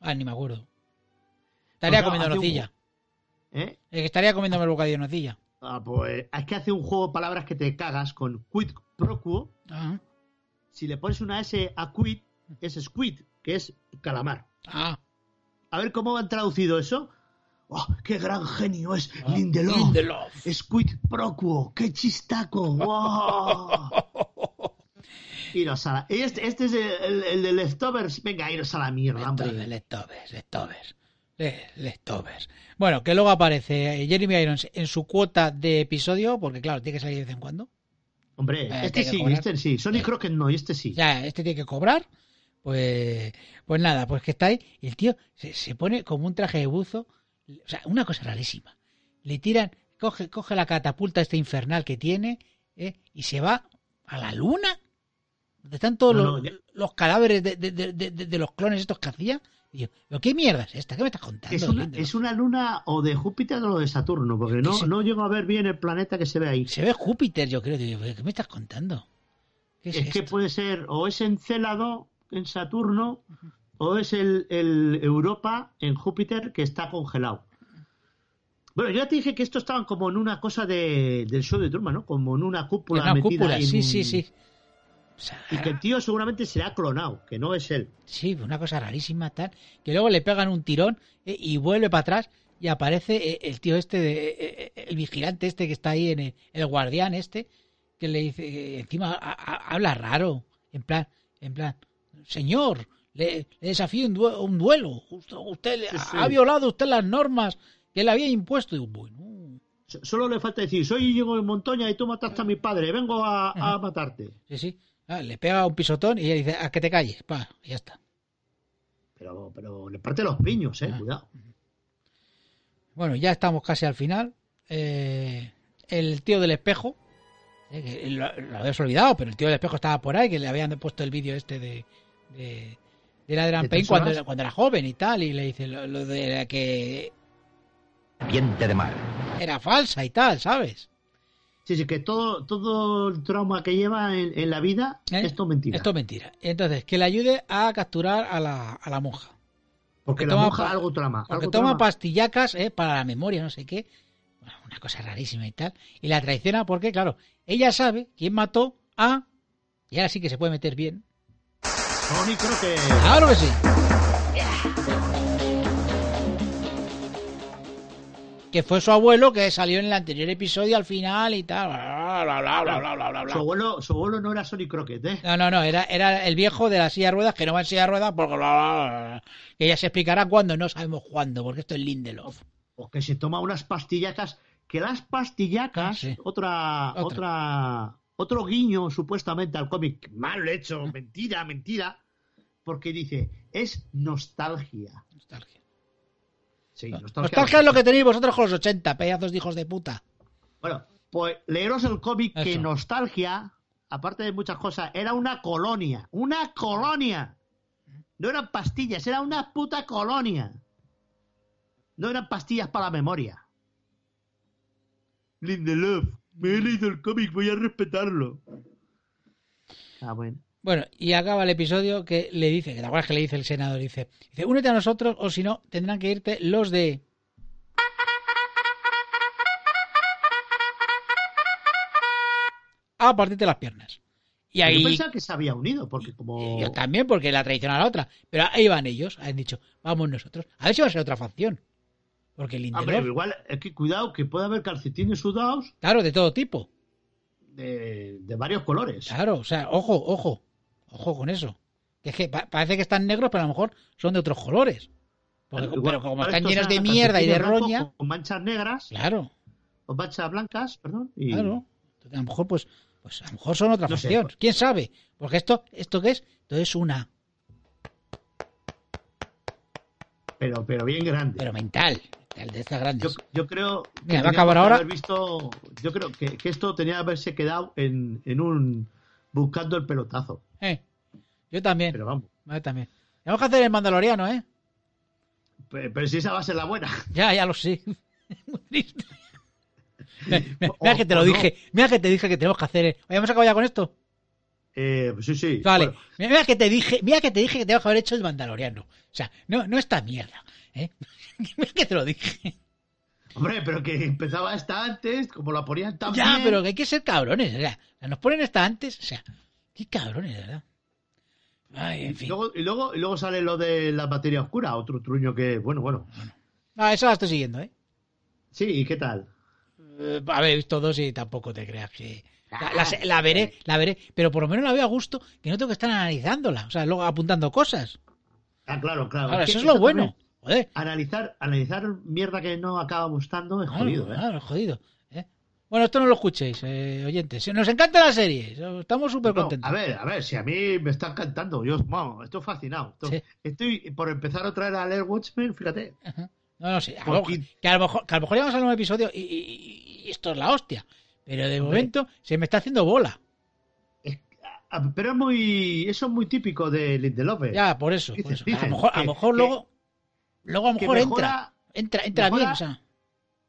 Speaker 2: Ah, ni me acuerdo. Estaría
Speaker 3: O sea,
Speaker 2: comiendo
Speaker 3: hace un-
Speaker 2: nocilla.
Speaker 3: ¿eh?
Speaker 2: Eh, que estaría comiéndome el bocadillo de nocilla.
Speaker 3: Ah, pues es que hace un juego de palabras que te cagas con quid pro quo.
Speaker 2: Ah,
Speaker 3: Si le pones una S a quid, es squid, que es calamar.
Speaker 2: ah.
Speaker 3: A ver cómo han traducido eso. ¡Oh, qué gran genio es
Speaker 2: Ah,
Speaker 3: Lindelof!
Speaker 2: Lindelof.
Speaker 3: Squid Procuo, qué chistaco. ¡Wow! Iros a la... Este, este es el, el, el de Leftovers. Venga, iros a la mierda, hombre.
Speaker 2: Leftovers, leftovers, leftovers. Le- Leftovers. Bueno, que luego aparece eh, Jeremy Irons en su cuota de episodio, porque claro, tiene que salir de vez en cuando.
Speaker 3: Hombre,
Speaker 2: Eh,
Speaker 3: este
Speaker 2: tiene que
Speaker 3: sí,
Speaker 2: cobrar. Eh.
Speaker 3: este sí. Sonic Crockett no, y este sí.
Speaker 2: Ya, este tiene que cobrar. Pues, pues nada, pues que está ahí. Y el tío se, se pone como un traje de buzo. O sea, una cosa rarísima. Le tiran, coge, coge la catapulta este infernal que tiene ¿eh? y se va a la luna. Donde están todos
Speaker 3: No,
Speaker 2: los,
Speaker 3: no, ya-
Speaker 2: los cadáveres de, de- de- de- de- de los clones estos que hacía. Y yo, ¿pero ¿qué mierda es esta? ¿Qué me estás contando?
Speaker 3: Es una,
Speaker 2: Lindelof?
Speaker 3: es una luna o de Júpiter o de Saturno, porque no,
Speaker 2: Ese-
Speaker 3: no llego a ver bien el planeta que se ve ahí.
Speaker 2: Se ve Júpiter, yo creo. Digo, ¿Qué me estás contando? ¿Qué es
Speaker 3: es que
Speaker 2: esto?
Speaker 3: puede ser o es Encélado en Saturno o es el, el Europa en Júpiter que está congelado. Bueno, yo ya te dije que esto estaban como en una cosa de, del show de Truman, ¿no? Como en una cúpula.
Speaker 2: Una
Speaker 3: metida
Speaker 2: cúpula,
Speaker 3: en
Speaker 2: sí,
Speaker 3: un-
Speaker 2: sí, sí. O sea,
Speaker 3: Y que el tío seguramente será clonado, que no es él.
Speaker 2: sí, una cosa rarísima tal. Que luego le pegan un tirón eh, y vuelve para atrás y aparece eh, el tío este, de- eh, eh, el vigilante este que está ahí en el, el guardián este, que le dice, eh, encima a- a- habla raro, en plan, en plan, señor, le, le desafío un, due- un duelo, usted, usted le-
Speaker 3: Sí, sí.
Speaker 2: ha violado usted las normas que le había impuesto. Y digo, bueno,
Speaker 3: So- Solo le falta decir, soy Diego de Montoña y tú mataste a mi padre, vengo a, a
Speaker 2: Ajá.
Speaker 3: matarte.
Speaker 2: sí, sí. Ah, le pega un pisotón y ella dice, a que te calles, pa, y ya está.
Speaker 3: Pero, pero le parte los piños, eh,
Speaker 2: Ah.
Speaker 3: cuidado.
Speaker 2: Bueno, ya estamos casi al final. Eh, el tío del espejo, eh, que lo, lo habéis olvidado, pero el tío del espejo estaba por ahí, que le habían puesto el vídeo este de, de, de la Adrian
Speaker 3: ¿De
Speaker 2: Payne
Speaker 3: tres
Speaker 2: cuando,
Speaker 3: horas?
Speaker 2: era- cuando era joven y tal, y le dice lo, lo de la que
Speaker 7: serpiente de mar,
Speaker 2: era falsa y tal, ¿sabes?
Speaker 3: Sí, sí, que todo, todo el trauma que lleva en, en la vida,
Speaker 2: ¿Eh?
Speaker 3: esto es mentira.
Speaker 2: Esto es mentira. Entonces, que le ayude a capturar a la, a la monja.
Speaker 3: porque
Speaker 2: que
Speaker 3: la
Speaker 2: toma
Speaker 3: monja
Speaker 2: pa-
Speaker 3: algo trama.
Speaker 2: Porque
Speaker 3: algo
Speaker 2: toma
Speaker 3: trama.
Speaker 2: pastillacas eh, para la memoria, no sé qué. Bueno, una cosa rarísima y tal. Y la traiciona porque, claro, ella sabe quién mató a... Y ahora sí que se puede meter bien.
Speaker 3: Sonic creo que...
Speaker 2: Claro que sí. Que fue su abuelo que salió en el anterior episodio al final y tal. Bla, bla, bla, bla, bla, bla, bla, bla.
Speaker 3: Su abuelo, su abuelo no era Sonic Crockett, ¿eh?
Speaker 2: No, no, no, era, era el viejo de la silla de ruedas que no va en silla de ruedas porque bla, bla, bla, bla. que ya se explicará cuándo, no sabemos cuándo, porque esto es Lindelof.
Speaker 3: O que se toma unas pastillacas, que las pastillacas,
Speaker 2: Ah, Sí.
Speaker 3: otra,
Speaker 2: Otra.
Speaker 3: otra, otro guiño supuestamente al cómic, mal hecho, mentira, mentira, porque dice, es nostalgia.
Speaker 2: Nostalgia.
Speaker 3: Sí, nostalgia.
Speaker 2: Ah, Nostalgia es lo que tenéis vosotros con los 80, pedazos de hijos de puta.
Speaker 3: Bueno, pues leeros el cómic que
Speaker 2: Eso.
Speaker 3: Nostalgia, aparte de muchas cosas, era una colonia. ¡Una colonia! No eran pastillas, era una puta colonia. No eran pastillas para la memoria. Lindelof, me he leído el cómic, voy a respetarlo. Ah, bueno.
Speaker 2: Bueno, y acaba el episodio que le dice, que te acuerdas que le dice el senador, dice, dice, únete a nosotros o si no tendrán que irte los de... A partirte las piernas. Y ahí...
Speaker 3: Yo pensaba que se había unido, porque como...
Speaker 2: Yo también, porque la traición a la otra. Pero ahí van ellos, han dicho, vamos nosotros. A ver si va a ser otra facción. Porque el
Speaker 3: Hombre,
Speaker 2: Lindelof,
Speaker 3: igual, es que cuidado, que puede haber calcetines sudados
Speaker 2: claro, de todo tipo.
Speaker 3: de, de varios colores.
Speaker 2: Claro, o sea, ojo, ojo. Ojo con eso. Que es que pa- parece que están negros, pero a lo mejor son de otros colores. Porque-
Speaker 3: Igual,
Speaker 2: Pues, pero como
Speaker 3: igual
Speaker 2: están
Speaker 3: estos
Speaker 2: llenos de
Speaker 3: eran
Speaker 2: mierda y de
Speaker 3: calcetines blancos
Speaker 2: roña,
Speaker 3: Con, con manchas negras,
Speaker 2: claro,
Speaker 3: o manchas blancas, perdón. Y
Speaker 2: claro. Entonces, A lo mejor, pues, pues a lo mejor son otra
Speaker 3: No sé.
Speaker 2: facción. ¿Quién sabe? Porque esto, ¿esto qué es? Esto es una,
Speaker 3: Pero, pero bien grande.
Speaker 2: pero mental. mental, De estas
Speaker 3: yo,
Speaker 2: grandes.
Speaker 3: yo creo. que
Speaker 2: Mira, va a
Speaker 3: teníamos
Speaker 2: acabar
Speaker 3: que
Speaker 2: ahora.
Speaker 3: haber visto- yo creo que, que esto tenía que haberse quedado en, en un. Buscando el pelotazo.
Speaker 2: Eh, yo también.
Speaker 3: Pero vamos.
Speaker 2: Yo también. Tenemos que hacer el mandaloriano, ¿eh?
Speaker 3: Pero, pero si esa va a ser la buena.
Speaker 2: Ya, ya lo sé. Muy triste. Me- me- Mira
Speaker 3: O-
Speaker 2: que te
Speaker 3: o
Speaker 2: lo
Speaker 3: no.
Speaker 2: dije. Mira que te dije que tenemos que hacer. eh. Oye, hemos acabado ya con esto.
Speaker 3: Eh, pues sí, sí.
Speaker 2: Vale.
Speaker 3: Bueno,
Speaker 2: Mira, mira que te dije, mira que te dije que teníamos que haber hecho el mandaloriano. O sea, no, no esta mierda. ¿eh? mira que te lo dije.
Speaker 3: hombre, pero que empezaba esta antes, como la ponían tan
Speaker 2: Ya,
Speaker 3: bien.
Speaker 2: pero que hay que ser cabrones. O sea, nos ponen esta antes. O sea, qué cabrones, de ¿verdad? Ay, en
Speaker 3: Y
Speaker 2: fin.
Speaker 3: luego, y, luego, y luego sale lo de la materia oscura, otro truño que. Bueno, bueno.
Speaker 2: Ah, esa la estoy siguiendo, ¿eh?
Speaker 3: Sí, ¿y qué tal?
Speaker 2: Eh, haber visto dos y tampoco te creas que la, la- la veré, la veré, pero por lo menos la veo a gusto, que no tengo que estar analizándola, o sea, luego apuntando cosas.
Speaker 3: Ah, claro, claro.
Speaker 2: Ahora,
Speaker 3: que
Speaker 2: eso es lo
Speaker 3: esto
Speaker 2: bueno.
Speaker 3: también-
Speaker 2: Joder.
Speaker 3: Analizar, analizar mierda que no acaba gustando es
Speaker 2: No,
Speaker 3: jodido,
Speaker 2: no,
Speaker 3: ¿eh?
Speaker 2: no, es jodido. ¿eh? Bueno, esto no lo escuchéis, eh, oyentes. Nos encanta la serie. Estamos súper
Speaker 3: No,
Speaker 2: contentos.
Speaker 3: a ver, a ver, si a mí me están cantando, yo, vamos, estoy fascinado. Estoy,
Speaker 2: Sí.
Speaker 3: estoy por empezar otra vez a leer Watchmen, fíjate.
Speaker 2: No, no sé. A lo
Speaker 3: Porque-
Speaker 2: mejor- que, a lo mejor, que a lo mejor llegamos al nuevo episodio y, y- y esto es la hostia. Pero de momento se me está haciendo bola.
Speaker 3: Ah, Pero es muy, eso es muy típico de Lindelof. ¿eh?
Speaker 2: Ya, por eso.
Speaker 3: Dices,
Speaker 2: por eso. A
Speaker 3: dices
Speaker 2: lo mejor, a
Speaker 3: que-
Speaker 2: lo mejor
Speaker 3: que-
Speaker 2: luego. Luego a lo
Speaker 3: que
Speaker 2: mejor entra.
Speaker 3: mejora
Speaker 2: Entra, entra
Speaker 3: mejora-
Speaker 2: bien. O sea.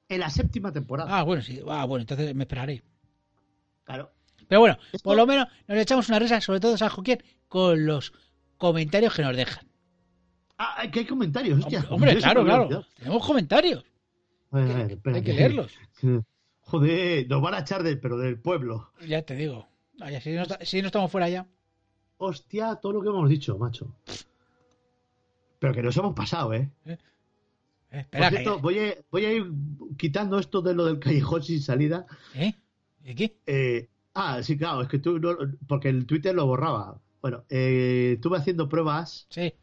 Speaker 3: en la séptima temporada.
Speaker 2: Ah, bueno, sí. Ah, bueno, entonces me esperaré.
Speaker 3: Claro.
Speaker 2: Pero bueno,
Speaker 3: Esto-
Speaker 2: por lo menos nos echamos una risa, sobre todo, ¿sabes con quién? Con los comentarios que nos dejan.
Speaker 3: Ah, que hay comentarios, hostia.
Speaker 2: Hombre,
Speaker 3: Yo se
Speaker 2: claro,
Speaker 3: me había
Speaker 2: claro.
Speaker 3: olvidado.
Speaker 2: Tenemos comentarios.
Speaker 3: A ver, a ver, espera,
Speaker 2: Hay que leerlos.
Speaker 3: Joder, nos van a echar del, pero del pueblo.
Speaker 2: Ya te digo. Vaya, si, no, está- si no estamos fuera ya.
Speaker 3: Hostia, todo lo que hemos dicho, macho. Pero que nos hemos pasado, ¿eh?
Speaker 2: Eh,
Speaker 3: Por
Speaker 2: Espera,
Speaker 3: cierto, voy a, voy a ir quitando esto de lo del callejón sin salida.
Speaker 2: que- ¿eh? ¿Y qué?
Speaker 3: Eh, ah, sí, claro, es que tú no- porque el Twitter lo borraba. Bueno, eh, estuve haciendo pruebas
Speaker 2: Sí,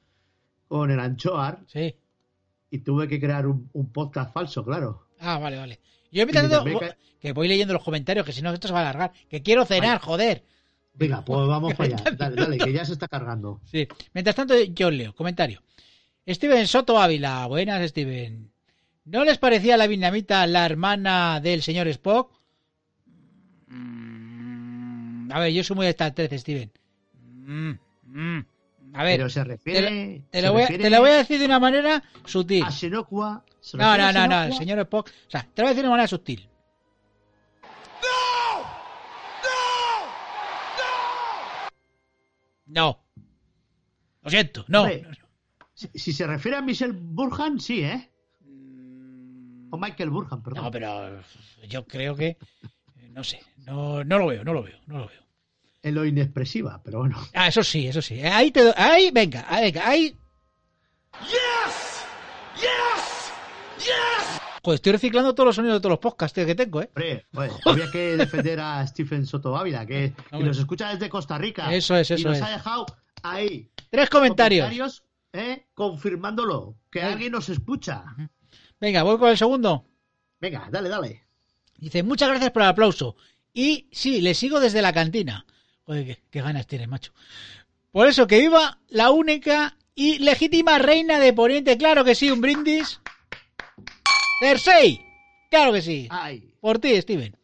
Speaker 3: con el Anchoar
Speaker 2: sí.
Speaker 3: y tuve que crear un, un podcast falso, claro.
Speaker 2: Ah, vale, vale. Yo
Speaker 3: Y
Speaker 2: mientras tanto,
Speaker 3: también
Speaker 2: vo-
Speaker 3: ca-
Speaker 2: que voy leyendo los comentarios, que si no esto se va a alargar. Que quiero cenar, joder.
Speaker 3: Venga, pues vamos para allá. Dale, dale, que ya se está cargando.
Speaker 2: Sí. Mientras tanto, yo leo. Comentario. Steven Soto Ávila. Buenas, Steven. ¿No les parecía la vietnamita la hermana del señor Spock? Mm, a ver, yo soy muy de estas tres, Steven. Mm, mm. A ver,
Speaker 3: Pero se refiere.
Speaker 2: te
Speaker 3: se
Speaker 2: lo, voy a,
Speaker 3: refiere
Speaker 2: te lo voy a decir de una manera sutil.
Speaker 3: a Xenocua. se
Speaker 2: No,
Speaker 3: refiere
Speaker 2: no,
Speaker 3: a
Speaker 2: no, no, el
Speaker 3: Xenocua.
Speaker 2: señor Spock. O sea, te lo voy a decir de manera sutil. ¡No! ¡No! ¡No! No. Lo siento, no.
Speaker 3: Hombre. Si, si se refiere a Michelle Burhan, sí, ¿eh? O Michael Burhan, perdón.
Speaker 2: No, pero yo creo que. eh, No sé. No, no lo veo, no lo veo, no lo veo.
Speaker 3: En lo inexpresiva, pero bueno.
Speaker 2: Ah, eso sí, eso sí. Ahí te doy. Ahí, venga, ahí, venga, ahí. ¡Yes! ¡Yes! ¡Yes! Joder, estoy reciclando todos los sonidos de todos los podcasts tío, que tengo, ¿eh?
Speaker 3: Hombre, joder, había que defender a Stephen Soto Ávila, que, que
Speaker 2: Hombre.
Speaker 3: nos escucha desde Costa Rica.
Speaker 2: Eso es,
Speaker 3: Y
Speaker 2: eso
Speaker 3: nos
Speaker 2: es.
Speaker 3: ha dejado ahí.
Speaker 2: Tres comentarios.
Speaker 3: ¿eh? confirmándolo. Que
Speaker 2: Venga.
Speaker 3: alguien nos escucha.
Speaker 2: Venga, voy con el segundo.
Speaker 3: Venga, dale, dale.
Speaker 2: Dice, muchas gracias por el aplauso. Y sí, le sigo desde la cantina. Joder, qué, qué ganas tienes, macho. Por eso, que viva la única y legítima reina de Poniente. Claro que sí, un brindis. Cersei. Claro que sí.
Speaker 3: Ay.
Speaker 2: Por ti, Steven.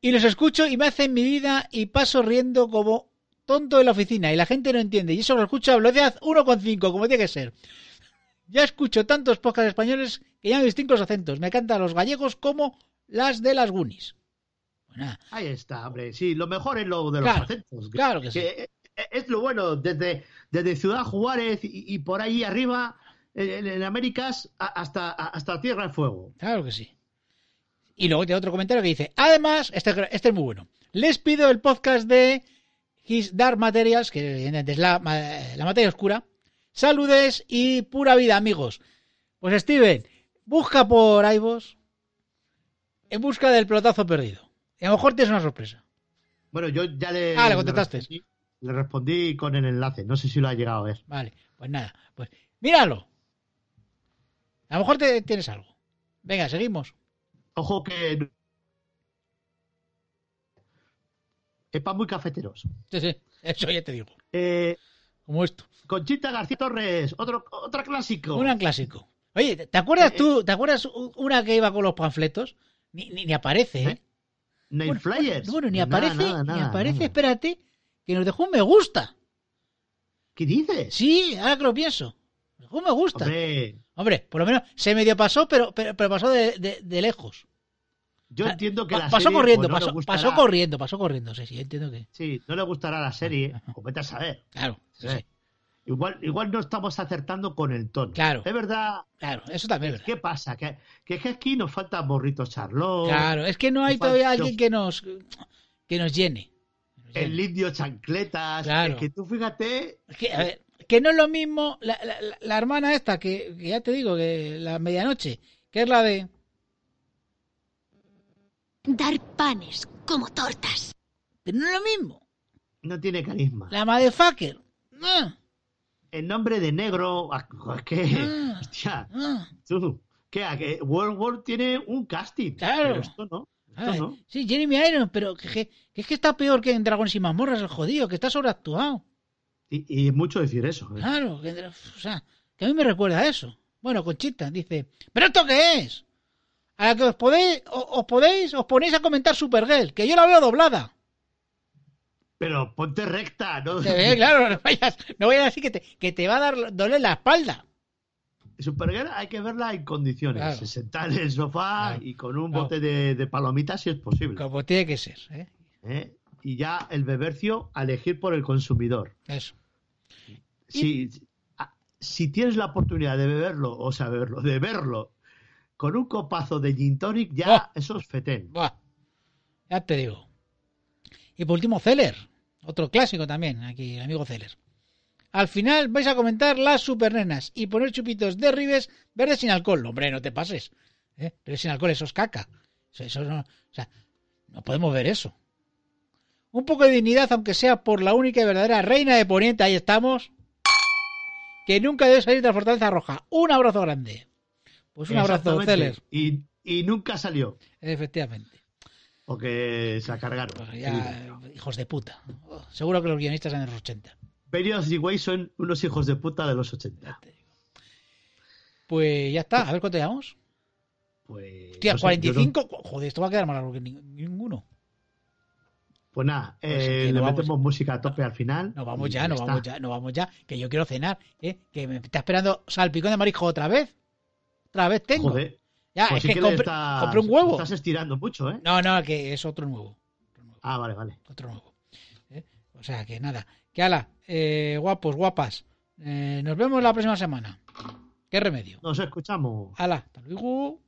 Speaker 2: Y los escucho y me hacen mi vida y paso riendo como tonto en la oficina y la gente no entiende. Y eso lo escucho a velocidad 1,5, como tiene que ser. Ya escucho tantos podcasts españoles que llaman distintos acentos. Me cantan los gallegos como las de las Goonies. Pues nada,
Speaker 3: Ahí está, hombre. Sí, lo mejor es lo de los
Speaker 2: Claro,
Speaker 3: acentos.
Speaker 2: claro que sí.
Speaker 3: eh, eh, es lo bueno, desde, desde Ciudad Juárez y, y por ahí arriba, en, en Américas, a- hasta, a- hasta Tierra del Fuego.
Speaker 2: Claro que sí. Y luego tiene otro comentario que dice, además, este, este es muy bueno, les pido el podcast de His Dark Materials, que evidentemente es la, ma- eh, la materia oscura, saludes y pura vida, amigos. Pues Steven, busca por iVoox en busca del pelotazo perdido. Y a lo mejor tienes una sorpresa.
Speaker 3: Bueno, yo ya le.
Speaker 2: Ah, le contestaste.
Speaker 3: respondí- Le respondí, con el enlace. No sé si lo ha llegado a ver.
Speaker 2: Vale, pues nada, pues míralo. A lo mejor te, tienes algo. Venga, seguimos.
Speaker 3: Ojo que. Es para muy cafeteros.
Speaker 2: Sí, sí, eso ya te digo.
Speaker 3: Eh,
Speaker 2: Como esto.
Speaker 3: Conchita García Torres, otro, otro clásico.
Speaker 2: Un gran clásico. Oye, ¿te- ¿te
Speaker 3: Eh,
Speaker 2: acuerdas tú? ¿Te acuerdas u- una que iba con los panfletos? Ni, ni, ni aparece, ¿eh?
Speaker 3: Name
Speaker 2: Bueno,
Speaker 3: Flyers.
Speaker 2: Bueno, ni
Speaker 3: Nada,
Speaker 2: aparece,
Speaker 3: nada,
Speaker 2: ni
Speaker 3: nada,
Speaker 2: aparece,
Speaker 3: nada.
Speaker 2: espérate, que nos dejó un me gusta.
Speaker 3: ¿Qué dices?
Speaker 2: Sí, ahora que lo pienso. Nos dejó un me gusta. Hombre,
Speaker 3: Hombre,
Speaker 2: por lo menos se medio pasó, pero, pero, pero pasó de, de- de lejos.
Speaker 3: yo
Speaker 2: Ah,
Speaker 3: entiendo que
Speaker 2: Pa-
Speaker 3: la
Speaker 2: pasó
Speaker 3: serie,
Speaker 2: corriendo,
Speaker 3: pues, no le
Speaker 2: pasó,
Speaker 3: gustará-
Speaker 2: pasó corriendo, pasó corriendo. Sí, sí, entiendo que.
Speaker 3: Sí, no le gustará la serie, o vete a saber.
Speaker 2: Claro, sí, sí,
Speaker 3: Igual, igual no estamos acertando con el tono.
Speaker 2: Claro.
Speaker 3: Es verdad.
Speaker 2: claro, eso también es verdad.
Speaker 3: ¿Qué pasa? Que, que es que aquí nos falta Borrito Charlot,
Speaker 2: Claro, es que no hay
Speaker 3: Nos falta-
Speaker 2: todavía alguien que nos que nos llene. Que nos llene.
Speaker 3: el indio Chancletas.
Speaker 2: Claro.
Speaker 3: Es que tú fíjate,
Speaker 2: Es que, a ver, que no es lo mismo la, la- la- la hermana esta, que, que ya te digo, que la medianoche, que es la de...
Speaker 4: Dar panes como tortas.
Speaker 2: Pero no es lo mismo.
Speaker 3: no tiene carisma.
Speaker 2: Ah, La motherfucker. No.
Speaker 3: en nombre de negro. ah, Es que. Hostia,
Speaker 2: Ah,
Speaker 3: tú. ¿Qué? ¿A que World War tiene un casting.
Speaker 2: Claro.
Speaker 3: Pero esto no. Esto
Speaker 2: ay,
Speaker 3: no.
Speaker 2: Sí, Jeremy Irons, pero que, que- que es que está peor que en Dragones y Mazmorras, el jodido, que está sobreactuado.
Speaker 3: Y, y es mucho decir eso. ¿eh?
Speaker 2: Claro, que, o sea, que a mí me recuerda a eso. Bueno, Conchita dice, ¿pero esto qué es? A la que os podéis, o- os podéis, os ponéis a comentar Supergirl, que yo la veo doblada.
Speaker 3: Pero ponte recta, ¿no?
Speaker 2: Te ve, claro, no vayas, no vayas así que te, que te va a dar doler la espalda.
Speaker 3: Supergirl hay que verla en condiciones.
Speaker 2: Claro.
Speaker 3: Sentar en el sofá
Speaker 2: Claro.
Speaker 3: y con un
Speaker 2: Claro.
Speaker 3: bote de, de palomitas si es posible.
Speaker 2: Como tiene que ser, ¿eh?
Speaker 3: ¿eh? Y ya el bebercio a elegir por el consumidor.
Speaker 2: Eso.
Speaker 3: Si, a- si tienes la oportunidad de beberlo, o sea, beberlo, de verlo con un copazo de gin tonic,
Speaker 2: Oh.
Speaker 3: ya eso es fetén.
Speaker 2: Buah. Ya te digo. Y por último, Zeller. Otro clásico también, aquí, el amigo Zeller. Al final vais a comentar las supernenas y poner chupitos de ribes verdes sin alcohol. No, Hombre, no te pases. ¿eh? Ribes sin alcohol, eso es caca. Eso, eso no, o sea, no podemos ver eso. Un poco de dignidad, aunque sea por la única y verdadera reina de Poniente, ahí estamos. Que nunca debe salir de la Fortaleza Roja. Un abrazo grande. Pues un abrazo,
Speaker 3: Exactamente.
Speaker 2: Zeller.
Speaker 3: Y, y nunca salió,
Speaker 2: Efectivamente.
Speaker 3: porque se la cargaron.
Speaker 2: Pues ya, hijos de puta. Oh, Seguro que los guionistas eran de los 80.
Speaker 3: Berrios y Way son unos hijos de puta de los 80.
Speaker 2: Pues ya está, a ver cuánto llevamos.
Speaker 3: Pues,
Speaker 2: Hostia,
Speaker 3: no sé, yo no-
Speaker 2: 45. cu- Joder, esto va a quedar mal largo que ni- ninguno.
Speaker 3: Pues nada,
Speaker 2: Pues
Speaker 3: eh,
Speaker 2: sí, que
Speaker 3: le
Speaker 2: no vamos-
Speaker 3: metemos música a tope al final.
Speaker 2: Nos vamos
Speaker 3: y
Speaker 2: ya, nos
Speaker 3: está.
Speaker 2: vamos ya, nos vamos ya. Que yo quiero cenar, ¿eh? Que me está esperando salpicón de marisco otra vez. Otra vez tengo.
Speaker 3: Joder,
Speaker 2: ya,
Speaker 3: pues
Speaker 2: Ah, es
Speaker 3: sí
Speaker 2: que,
Speaker 3: que le
Speaker 2: compré,
Speaker 3: estás-
Speaker 2: compré un huevo.
Speaker 3: Estás estirando mucho, ¿eh?
Speaker 2: No, no, que es otro nuevo.
Speaker 3: Ah, vale, vale.
Speaker 2: Otro nuevo. ¿eh? O sea, que nada. Que ala, eh, guapos, guapas. Eh, nos vemos la próxima semana. ¿Qué remedio?
Speaker 3: Nos escuchamos.
Speaker 2: Ala, hasta luego.